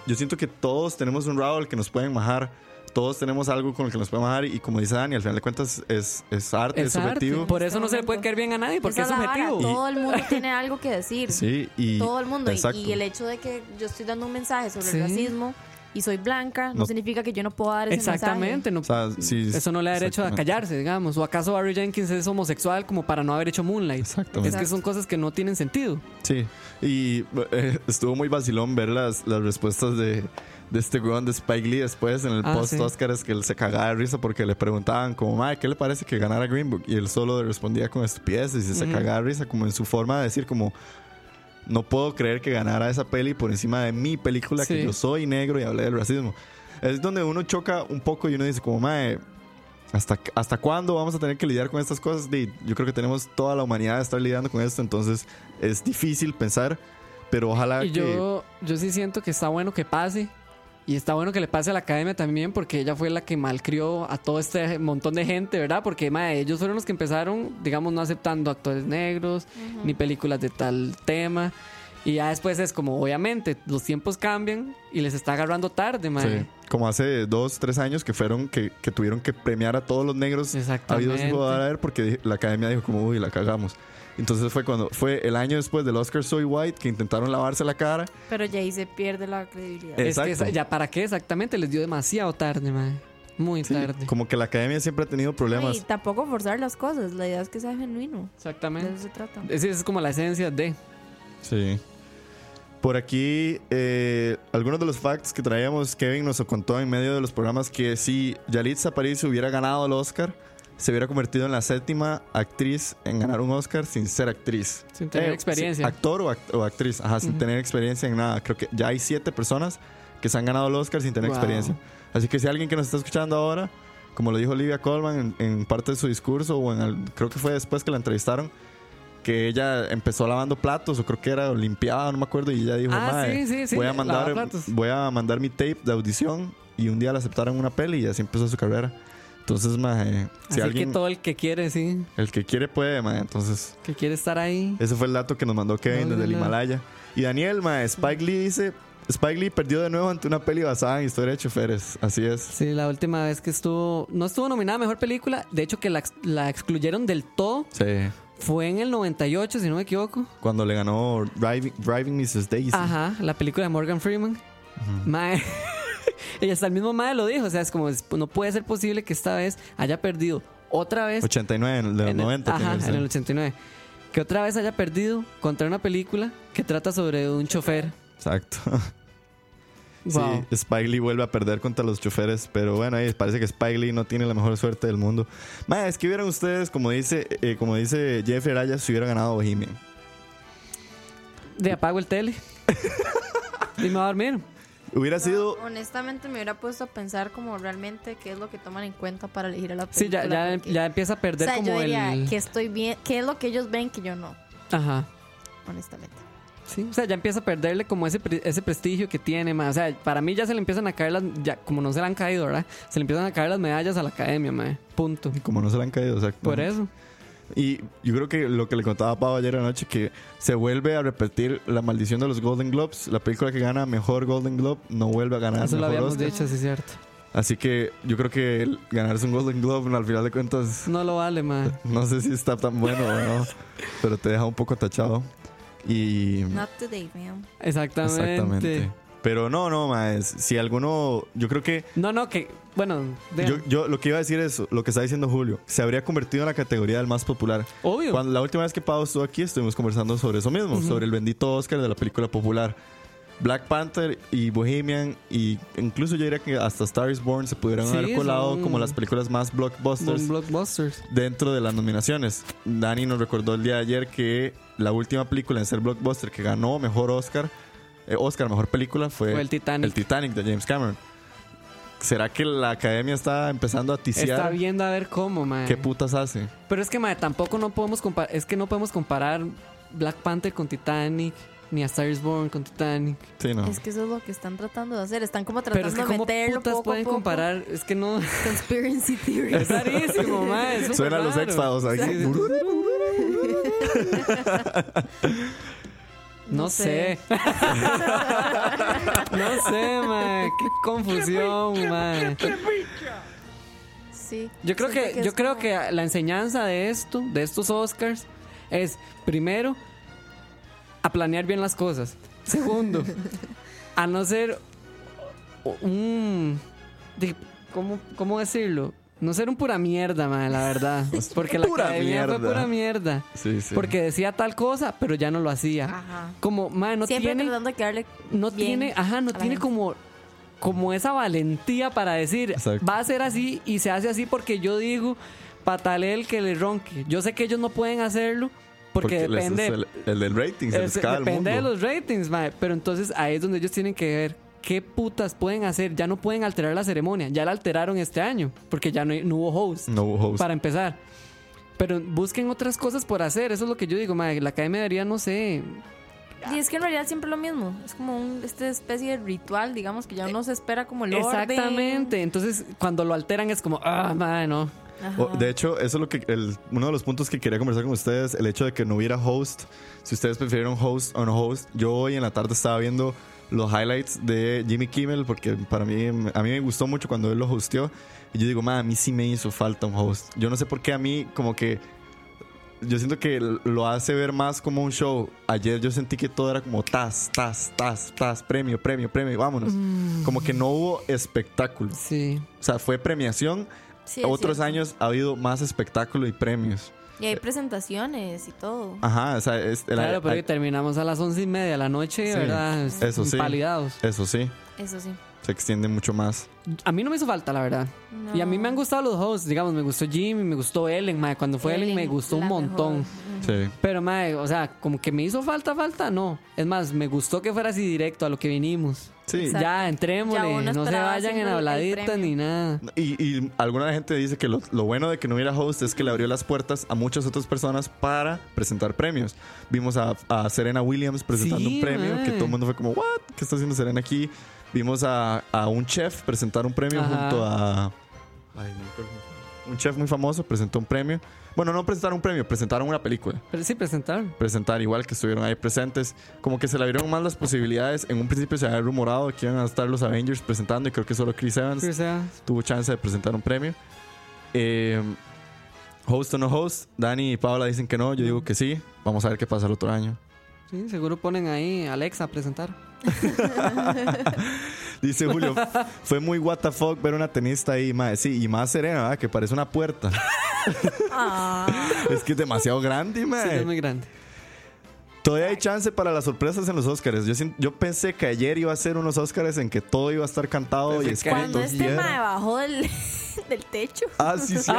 B: Yo siento que todos tenemos un rabo al que nos pueden majar. Todos tenemos algo con el que nos pueden majar y como dice Dani, al final de cuentas es, es arte, es,
C: Es arte. pues.
B: subjetivo.
C: Por eso no se le
D: Exactamente.
C: puede caer bien a nadie, porque
D: Esa
C: es
D: es la vara,
C: objetivo.
D: Todo el mundo tiene algo que decir.
B: Sí, y
D: todo el mundo. Y-
B: Exacto.
D: Y, el hecho de que yo estoy dando un mensaje sobre
C: Sí.
D: el racismo y soy blanca, no,
B: No.
D: significa que yo no puedo dar ese
C: Exactamente, no,
B: O sea, sí,
C: eso no le da derecho a
B: exactamente.
C: callarse, digamos. ¿O acaso Barry Jenkins es homosexual como para no haber hecho Moonlight?
B: Exactamente.
C: Es que son cosas que no tienen sentido.
B: Sí, y eh, estuvo muy vacilón ver las, las respuestas de, de este weón de Spike Lee después en el
C: Ah,
B: post
C: sí.
B: Oscar es que él se cagaba de risa porque le preguntaban como, madre, ¿qué le parece que ganara Green Book? Y él solo le respondía con estupideces y se cagaba de risa como en su forma de decir como, no puedo creer que ganara esa peli por encima de mi película
C: Sí.
B: que yo soy negro y hablé del racismo. Es donde uno choca un poco y uno dice como, madre... ¿Hasta, ¿Hasta cuándo vamos a tener que lidiar con estas cosas? Di, Yo creo que tenemos toda la humanidad de estar lidiando con esto, entonces es difícil pensar, pero ojalá
C: Y
B: que...
C: yo, yo sí siento que está bueno que pase. Y está bueno que le pase a la academia también, porque ella fue la que malcrió a todo este montón de gente, ¿verdad? Porque mae, ellos fueron los que empezaron, digamos, no aceptando actores negros, ni películas de tal tema. Y ya después es como, obviamente, los tiempos cambian y les está agarrando tarde, mae.
B: Sí, como hace dos, tres años que fueron, que, que tuvieron que premiar a todos los negros
C: Exactamente.
B: habidos y por haber porque di- la academia dijo como, uy, la cagamos. Entonces fue cuando, fue el año después del Oscar Soy White que intentaron lavarse la cara.
D: mensaje. Pero ya ahí se pierde la credibilidad.
B: Eh,
C: Es que
B: Exacto.
C: esa- ya para qué exactamente les dio demasiado tarde, mae. Muy
B: Sí,
C: tarde.
B: como que la academia siempre ha tenido problemas.
D: y tampoco forzar las cosas, la idea es que sea genuino. De
C: Exactamente.
D: eso se trata.
C: Esa es como la esencia de.
B: Sí. Por aquí, eh, algunos de los facts que traíamos, Kevin nos contó en medio de los programas que si Yalitza Aparicio hubiera ganado el Oscar, se hubiera convertido en la séptima actriz en ganar un Oscar sin ser actriz. Eh,
C: Sin tener experiencia.
B: sí, actor o, act- o actriz, ajá, sin tener experiencia en nada. Creo que ya hay siete personas que se han ganado el Oscar sin tener
C: Wow.
B: experiencia. Así que si alguien que nos está escuchando ahora, como lo dijo Olivia Colman en, en parte de su discurso, o en el- creo que fue después que la entrevistaron, que ella empezó lavando platos, o creo que era limpiada, no me acuerdo, y ella dijo,
C: Ah,
B: "Mae,
C: sí, sí, sí,
B: voy, a
C: lavaba
B: mandar,
C: platos".
B: voy a mandar mi tape de audición, y un día la aceptaron en una peli, y así empezó su carrera. Entonces, mae, si
C: Así
B: alguien,
C: que todo el que quiere, sí,
B: el que quiere puede, mae, entonces...
C: que quiere estar ahí.
B: Ese fue el dato que nos mandó Kevin
C: No,
B: desde el
C: no, no.
B: Himalaya. Y Daniel, ma, Spike Lee dice: Spike Lee perdió de nuevo ante una peli basada en historia de choferes. Así es.
C: Sí, la última vez que estuvo, no estuvo nominada a mejor película, de hecho que la, ex- la excluyeron del todo,
B: Sí.
C: fue en el 98, si no me equivoco.
B: Cuando le ganó Driving, Driving Mrs. Daisy.
C: Ajá, la película de Morgan Freeman. Mae. [LAUGHS] y hasta el mismo Mae lo dijo, o sea, es como, es- no puede ser posible que esta vez haya perdido otra vez
B: 89, en el de los
C: en el-
B: 90.
C: ajá,
B: tiene que
C: en el
B: ser.
C: 89. Que otra vez haya perdido contra una película que trata sobre un chofer.
B: Exacto.
C: Wow.
B: Sí, Spike Lee vuelve a perder contra los choferes, pero bueno, ahí parece que Spike Lee no tiene la mejor suerte del mundo. Mae, es que hubieran ustedes, como dice, eh, como dice Jeffrey Araya, si hubiera ganado Bohemian.
C: De apago el tele. y me voy a dormir.
B: Hubiera sido
D: Honestamente me hubiera puesto a pensar como realmente qué es lo que toman en cuenta para elegir a la
C: Sí,
D: película.
C: ya, ya,
D: porque-
C: ya empieza a
D: O
C: perder
D: sea,
C: como
D: yo diría
C: el.
D: que estoy bien, qué es lo que ellos ven que yo no,
C: Ajá.
D: honestamente.
C: Sí, o sea, ya empieza a perderle como ese, pre- ese prestigio que tiene, ma. O sea, para mí ya se le empiezan a caer las. Ya, como no se le han caído, ¿verdad? Se le empiezan a caer las medallas a la academia, ma. Punto.
B: como no se le han caído, exacto.
C: Por eso.
B: Y yo creo que lo que le contaba a Pau ayer anoche, que se vuelve a repetir la maldición de los Golden Globes. La película que gana mejor Golden Globe no vuelve a ganar
C: Eso lo
B: mejor
C: habíamos
B: Oscar.
C: dicho, sí, es cierto.
B: Así que yo creo que el ganarse un Golden Globe, al final de cuentas,
C: No lo vale, ma.
B: no sé si está tan bueno o no, pero te deja un poco tachado. Y.
D: Mm. Not today, man.
C: Exactamente.
B: Exactamente. Pero no, no, más. Si alguno. Yo creo que.
C: No, no, que. Bueno, vean.
B: Yo, yo lo que iba a decir es lo que está diciendo Julio. Se habría convertido en la categoría del más popular.
C: obvio.
B: Cuando la última vez que Pau estuvo aquí estuvimos conversando sobre eso mismo, sobre el bendito Oscar de la película popular. Black Panther y Bohemian y incluso yo diría que hasta Star is Born se pudieran
C: Sí,
B: haber colado
C: son-
B: como las películas más blockbusters
C: Con blockbusters.
B: dentro de las nominaciones. Dani nos recordó el día de ayer que la última película en ser blockbuster que ganó mejor Oscar, eh, Oscar mejor película fue,
C: Fue el Titanic.
B: el Titanic de James Cameron. ¿Será que la Academia está empezando a
C: Está
B: ticiar
C: viendo a ver cómo, ma.
B: qué putas hace?
C: Pero es que, madre, tampoco no podemos comparar. Es que no podemos comparar Black Panther con Titanic, ni a Star is Born con Titanic.
B: Sí, no.
D: Es que eso es lo que están tratando de hacer, están como
C: Pero
D: tratando
C: es que,
D: de
C: ¿cómo
D: meterlo
C: putas
D: poco a
C: pueden
D: poco.
C: comparar? Es que no. [LAUGHS]
D: [LAUGHS] Conspiracy theory.
C: Es
B: [LAUGHS]
C: rarísimo, madre. es
B: Suena a los
C: súper raro.
B: X-Files ahí. [LAUGHS]
C: No sé.
D: [LAUGHS]
C: [LAUGHS] no sé, madre. Qué confusión, madre.
D: Sí.
C: Yo creo
D: siento
C: que, yo
D: es
C: creo
D: como-
C: que la enseñanza de esto, de estos Oscars, es primero a planear bien las cosas. Segundo, a no ser un de- ¿cómo, cómo decirlo? No ser un pura mierda, madre, la
B: [LAUGHS]
C: verdad. Porque la
B: Pura
C: academia fue
B: mierda.
C: pura mierda.
B: Sí, sí.
C: Porque decía tal cosa, pero ya no lo hacía.
D: Ajá.
C: Como, madre, no
D: Siempre
C: tiene
D: tratando de quedarle
C: no
D: bien
C: tiene, ajá, no
D: a la
C: tiene
D: gente.
C: como como esa valentía para decir,
B: Exacto.
C: va a ser así y se hace así porque yo digo, patale el que le ronque. Yo sé que ellos no pueden hacerlo porque,
B: les-
C: depende
B: el, el del rating, se les
C: este,
B: cae el mundo.
C: depende de los ratings, mae, pero entonces ahí es donde ellos tienen que ver qué putas pueden hacer, ya no pueden alterar la ceremonia, ya la alteraron este año porque ya no, no hubo host
B: No hubo host.
C: para empezar. Pero busquen otras cosas por hacer, eso es lo que yo digo, mae, la academia debería no sé,
D: Y es que en realidad siempre lo mismo. Es como un, esta especie de ritual, digamos, que ya no se espera como el
C: Eh, Exactamente. Entonces, cuando lo alteran es como, ah, madre, no.
B: O- de hecho, eso es lo que el- uno de los puntos que quería conversar con ustedes, el hecho de que no hubiera host, si ustedes prefirieron host o no host. Yo hoy en la tarde estaba viendo los highlights de Jimmy Kimmel porque para mí a mí me gustó mucho cuando él lo hosteó y yo digo, "Ma, a mí sí me hizo falta un host." Yo no sé por qué a mí como que yo siento que lo hace ver más como un show. Ayer yo sentí que todo era como tas, tas, tas, tas, premio, premio, premio, vámonos. Como que no hubo espectáculo.
C: Sí.
B: O sea, fue premiación.
D: Sí, es
B: Otros
D: cierto.
B: años ha habido más espectáculo y premios.
D: Y hay presentaciones y todo.
B: Ajá, o sea, es, el-
C: Claro, pero
B: hay-
C: que terminamos a las once y media de la noche, de
B: Sí,
C: ¿verdad?
B: eso sí.
C: Palidados.
B: eso sí,
D: Eso sí.
B: se extiende mucho más.
C: A mí no me hizo falta, la verdad.
D: No.
C: Y a mí me han gustado los hosts. Digamos, me gustó Jimmy, me gustó Ellen, madre. Cuando fue Ellen, me
D: Ellen,
C: gustó un
D: la
C: montón.
D: mejor.
B: Sí.
C: Pero, madre, o sea, como que me hizo falta, falta, no. Es más, me gustó que fuera así directo a lo que vinimos.
B: Sí.
D: Exacto.
C: Ya, entrémosle.
D: Ya uno
C: no se
D: esperaba
C: vayan en
D: haciendo el
C: habladitas
D: premio.
C: ni nada.
B: Y, y alguna gente dice que lo, lo bueno de que no hubiera host es que le abrió las puertas a muchas otras personas para presentar premios. Vimos a, a Serena Williams presentando
C: Sí,
B: un premio
C: mae.
B: que todo el mundo fue como, ¿what? ¿Qué está haciendo Serena aquí? Vimos a, a un chef presentar un premio
C: Ajá.
B: junto a... Ay, no me acuerdo. un chef muy famoso presentó un premio. Bueno, no presentaron un premio, presentaron una película.
C: Pero sí, presentaron.
B: presentar igual que estuvieron ahí presentes como que se le abrieron más las posibilidades en un principio se había rumorado que iban a estar los Avengers presentando y creo que solo Chris Evans
C: O sea,
B: tuvo chance de presentar un premio Eh, host o no host Dani y Paula dicen que no yo digo que sí vamos a ver qué pasa el otro año
C: sí, seguro ponen ahí a Alexa a presentar.
B: dice
C: [LAUGHS]
B: Julio fue muy what the fuck ver una tenista ahí más sí y más serena ¿verdad? que parece una
C: [LAUGHS]
B: puerta
D: Ah,
B: [LAUGHS] es que es demasiado grande
C: Sí,
B: mae.
C: es muy grande.
B: Todavía hay chance para las sorpresas en los Oscars. Yo, sien- yo pensé que ayer iba a ser unos Oscars en que todo iba a estar cantado
C: Pues
B: y
C: es
B: escrito.
D: Cuando
C: Carlos
D: este
B: Era-
D: mae bajó del, [LAUGHS] del techo.
B: Ah, sí, sí.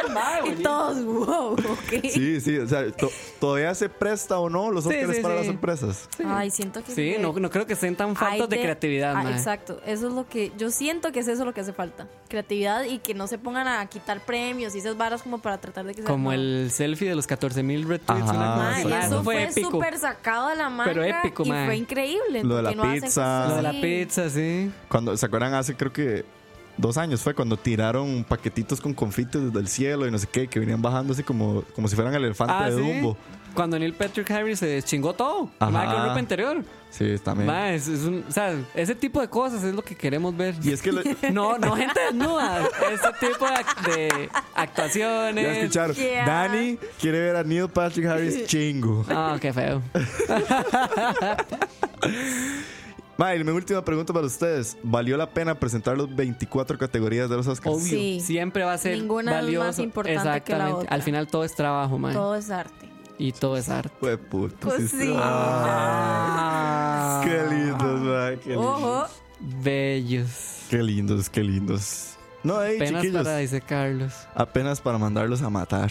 D: [LAUGHS] y todos, wow, ok.
B: sí, sí. O sea, to- todavía se presta o no los
C: Sí,
B: Oscars
C: sí,
B: para
C: sí.
B: las sorpresas.
D: Ay, siento que.
C: Sí, no, no creo que estén tan
D: hay
C: faltos de creatividad,
D: ah,
C: mae.
D: Exacto, eso es lo que. Yo siento que es eso lo que hace falta. Creatividad y que no se pongan a quitar premios y esas varas como para tratar de que se.
C: Como el selfie de los 14.000 retweets.
B: Ajá,
C: una cosa
D: Mae,
C: así. Ah,
D: y
B: Claro.
D: eso fue
C: épico.
D: súper sacado a la manga
C: Pero épico,
D: y
C: mae.
D: fue increíble.
B: Lo de la
D: porque no hacen
B: pizza.
D: cosas
C: Lo de la
D: así.
C: pizza, sí.
B: Cuando, ¿se acuerdan? Hace creo que dos años fue cuando tiraron paquetitos con confites desde el cielo y no sé qué, que venían bajando así como, como si fueran el elefante
C: Ah,
B: de
C: sí.
B: Dumbo.
C: Cuando Neil Patrick Harris se chingó todo.
B: Ajá.
C: Mae, con ropa interior.
B: Sí, también.
C: Mae, es- es un- o sea, ese tipo de cosas es lo que queremos ver.
B: Y es que lo- ya
C: [LAUGHS] No, no gente desnuda. Ese tipo de, ac- de actuaciones.
B: escucharon.
D: Yeah.
B: Dani quiere ver a Neil Patrick
C: [LAUGHS]
B: Harris chingo.
C: Ah, qué feo.
B: Mae, mi última pregunta para ustedes. ¿Valió la pena presentar los 24 categorías de los Oscars?
C: Obvio.
D: Sí.
C: Siempre va a ser
D: Ninguna es más
C: valioso.
D: importante que la
C: Exactamente.
D: otra.
C: Al final todo es trabajo, mae.
D: Todo es arte.
C: Y todo es arte.
B: Fue puto.
D: Pues sí.
C: Ah.
B: Qué lindos, mae, Qué lindos.
D: Ojo.
C: Bellos.
B: Qué lindos, qué lindos. No, hey,
C: Penas
B: chiquillos.
C: para disecarlos.
B: Apenas para mandarlos a matar.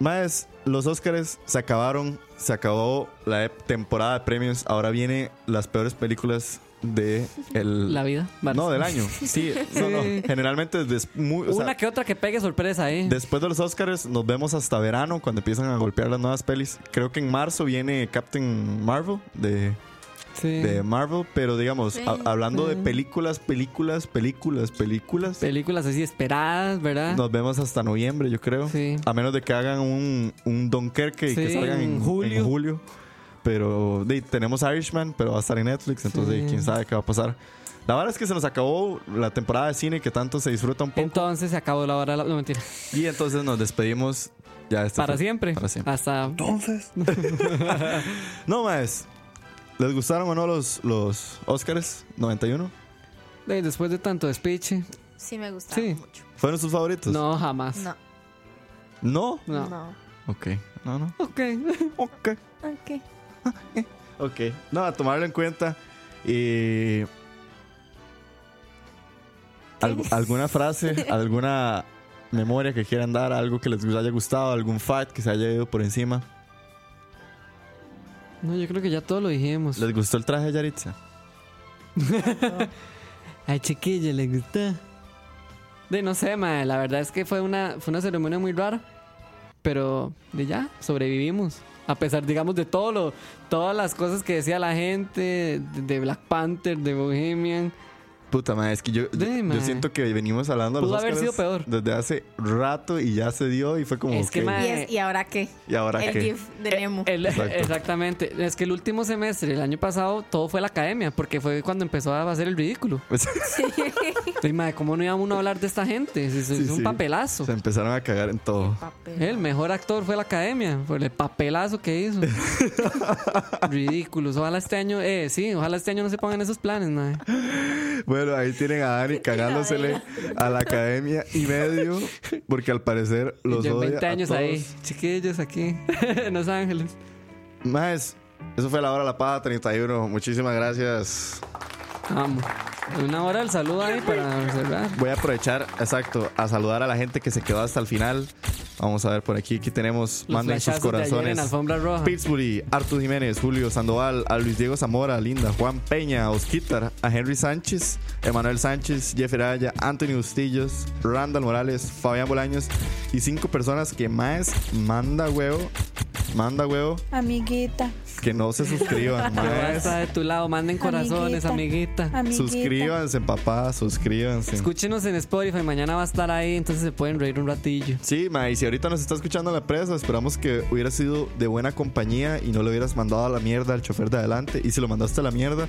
B: Más, los Óscares se acabaron, se acabó la ep- temporada de premios, ahora viene las peores películas de el-
C: [LAUGHS] La vida. Vale.
B: No, del año. Sí, no, no.
C: Sí.
B: Generalmente des- muy- o sea,
C: Una que otra que pegue sorpresa ¿eh? ahí.
B: después de los Óscares nos vemos hasta verano cuando empiezan a golpear las nuevas pelis. Creo que en marzo viene Captain Marvel de,
C: sí.
B: de Marvel, pero digamos, a- hablando de películas, películas, películas, películas.
C: Películas así esperadas, ¿verdad?
B: Nos vemos hasta noviembre, yo creo.
C: Ah. Sí.
B: A menos de que hagan un, un Dunkerque y que
C: Sí,
B: salgan en
C: en
B: en julio.
C: julio.
B: Pero de, tenemos Irishman, pero va a estar en Netflix, entonces
C: Sí.
B: quién sabe qué va a pasar. La verdad es que se nos acabó la temporada de cine que tanto se disfruta un poco.
C: Entonces se acabó la hora. de la- No, mentira.
B: y entonces nos despedimos ya este
C: Para
B: fue-
C: siempre. Ah.
B: Para siempre.
C: Hasta.
B: No más. ¿Les gustaron o no los, los Oscars 91?
C: de- después de tanto speech.
D: Sí, me gusta
C: Sí.
D: mucho.
B: ¿Fueron sus favoritos?
C: No, jamás.
D: No,
B: ¿No?
C: No.
D: no.
B: Ok. No, no.
C: Ok. [LAUGHS]
B: Ok.
D: Ok.
B: Ok. No, a tomarlo en cuenta. Y. al- ¿Alguna
C: [LAUGHS]
B: frase, alguna memoria que quieran dar, algo que les haya gustado, algún fact que se haya ido por encima?
C: No, yo creo que ya todo lo dijimos.
B: ¿Les gustó el traje de Yaritza?
C: Ay, chiquilla, le gusta. De no sé, mae, la verdad es que fue una, fue una ceremonia muy rara. Pero de ya, sobrevivimos. A pesar, digamos, de todo lo, todas las cosas que decía la gente, de, de Black Panther, de Bohemian.
B: Puta madre, es que yo, yo,
C: Sí,
B: yo
C: mae.
B: siento que venimos hablando de los
C: Pudo haber
B: Óscares
C: sido peor.
B: desde hace rato y ya se dio y fue como.
C: Es
B: [LAUGHS]
C: que,
B: ok,
D: Y,
C: mae,
D: es- ¿y ahora qué?
B: ¿Y ahora
D: el
B: qué?
D: GIF de
C: Eh,
D: Nemo. [LAUGHS]
C: El-
B: Exacto.
C: exactamente. Es que el último semestre, el año pasado, todo fue la academia, porque fue cuando empezó a hacer el ridículo. Eh, Y, mae, ¿Cómo no iba uno a hablar de esta gente? Si eso
B: Sí,
C: es un
B: sí.
C: papelazo.
B: se empezaron a cagar en todo.
D: Papel.
C: El mejor actor fue la academia, por el papelazo
B: [LAUGHS]
C: que hizo. Ridículos. Ojalá este año, eh, sí, ojalá este año no se pongan esos planes, mae.
B: Bueno, ahí tienen a Dani cagándosele a la academia y medio, porque al parecer los
C: Yo en
B: odia
C: 20
B: a
C: años
B: todos.
C: ahí, chiquillos aquí [LAUGHS] en Los Ángeles.
B: Más, eso fue la hora de la paja 31. Muchísimas gracias.
C: Vamos. Una hora del saludo ahí para cerrar.
B: Voy a aprovechar, exacto, a saludar a la gente que se quedó hasta el final. Vamos a ver por aquí, aquí tenemos,
C: Los
B: manden sus
C: flashazos de ayer en
B: corazones.
C: alfombra roja.
B: Pittsburgh, Artur Jiménez, Julio Sandoval, a Luis Diego Zamora, Linda, Juan Peña, Osquitar, a Henry Sánchez, Emanuel Sánchez, Jeffrey Araya, Anthony Bustillos, Randall Morales, Fabián Bolaños y cinco personas que más manda huevo, manda huevo,
H: Amiguita.
B: que no se suscriban.
C: [LAUGHS] Yo voy a
B: más.
C: estar de tu lado, manden corazones, amiguita.
H: amiguita.
B: Suscríbanse, papá, suscríbanse.
C: Escúchenos en Spotify, mañana va a estar ahí, entonces se pueden reír un ratillo.
B: Sí, ma, y si ahorita nos está escuchando la presa, esperamos que hubiera sido de buena compañía y no le hubieras mandado a la mierda al chofer de adelante. Y si lo mandaste a la mierda,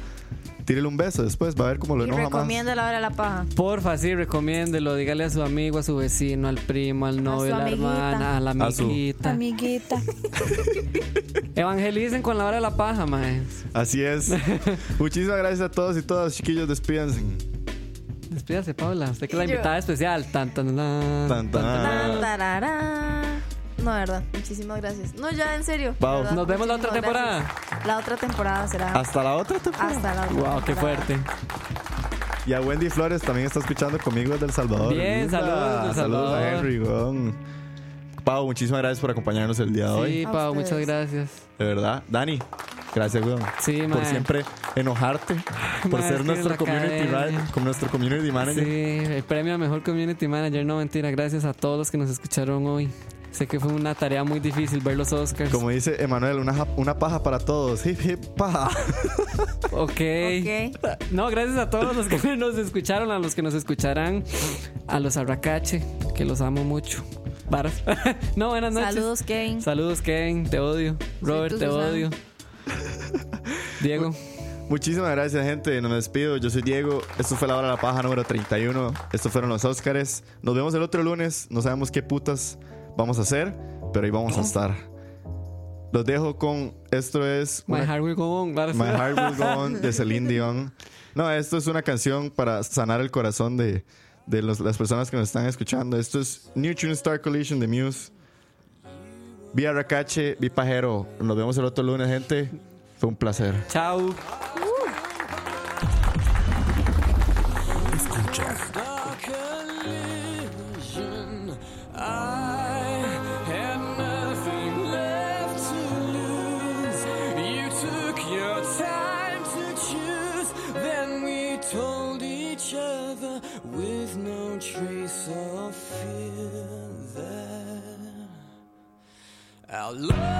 B: tírele un beso después, va a ver cómo lo
D: Y
B: enoja más.
D: recomienda la hora de la paja.
C: Porfa, sí, recomiéndelo. Dígale a su amigo, a su vecino, al primo, al novio,
D: su
C: a la
D: amiguita.
C: hermana, a la
B: A su-
C: amiguita.
H: Amiguita.
C: [LAUGHS] Evangelicen con la hora de la paja, maes.
B: Así es.
D: [LAUGHS]
B: Muchísimas gracias a todos y todas, chiquillos, despídanse.
C: Despídase, Paula. Usted que es la
D: Y yo.
B: Ah.
C: invitada especial. Tan, tan, tan,
B: Tan, tan.
D: Tan, tararán. No, de verdad. Muchísimas gracias. No, ya, en serio. de
B: Wow.
D: verdad,
C: Nos vemos la otra
D: muchísimas
C: temporada.
D: gracias. La otra temporada será.
B: Hasta la otra temporada.
D: Hasta la otra.
C: Wow, qué
D: temporada.
C: fuerte.
B: Y a Wendy Flores también está escuchando conmigo desde El Salvador.
C: Bien,
B: Linda.
C: saludos desde El
B: a
C: Salvador.
B: Henry. weón. Pau, muchísimas gracias por acompañarnos el día de hoy.
C: Sí,
D: A
C: Pau, muchas
D: ustedes.
C: gracias.
B: De verdad. Dani, gracias, weón.
C: Sí,
B: por
C: mae.
B: siempre enojarte, por
C: Mae, es
B: ser
C: que
B: nuestro
C: la
B: community,
C: cadena.
B: ra- como nuestro community manager.
C: Sí, el premio a mejor community manager, no mentira. Gracias a todos los que nos escucharon hoy. Sé que fue una tarea muy difícil ver los Oscars.
B: Como dice Emanuel, una, ja- una paja para todos. Hip, hip, [LAUGHS] paja.
C: ok.
D: Ok.
C: No, gracias a todos los que [LAUGHS] nos escucharon, a los que nos escucharán, a los Arracache, que los amo mucho. Varas. [LAUGHS] no, buenas noches.
D: Saludos, Kevin.
C: Saludos, Kevin, te odio. Robert,
D: tu
C: te
D: Susana. [LAUGHS]
C: odio. Diego,
B: Muchísimas gracias, gente. Nos despido. Yo soy Diego. Esto fue La Hora de la Paja número 31. Estos fueron los Óscares. Nos vemos el otro lunes. No sabemos qué putas vamos a hacer, pero ahí vamos a estar. Los dejo con. Esto es.
C: My
B: una-
C: Heart Will Go On. varas.
B: My Heart Will Go On de Celine Dion. No, esto es una canción para sanar el corazón de, de los- las personas que nos están escuchando. Esto es New Tune Star Collision de Muse. Vi Arracache, vi Pajero. Nos vemos el otro lunes, gente. Fue un placer.
C: Chao.
F: dark illusion. I had nothing left to lose. You took your time to choose. Then we told each other with no trace of fear that our love.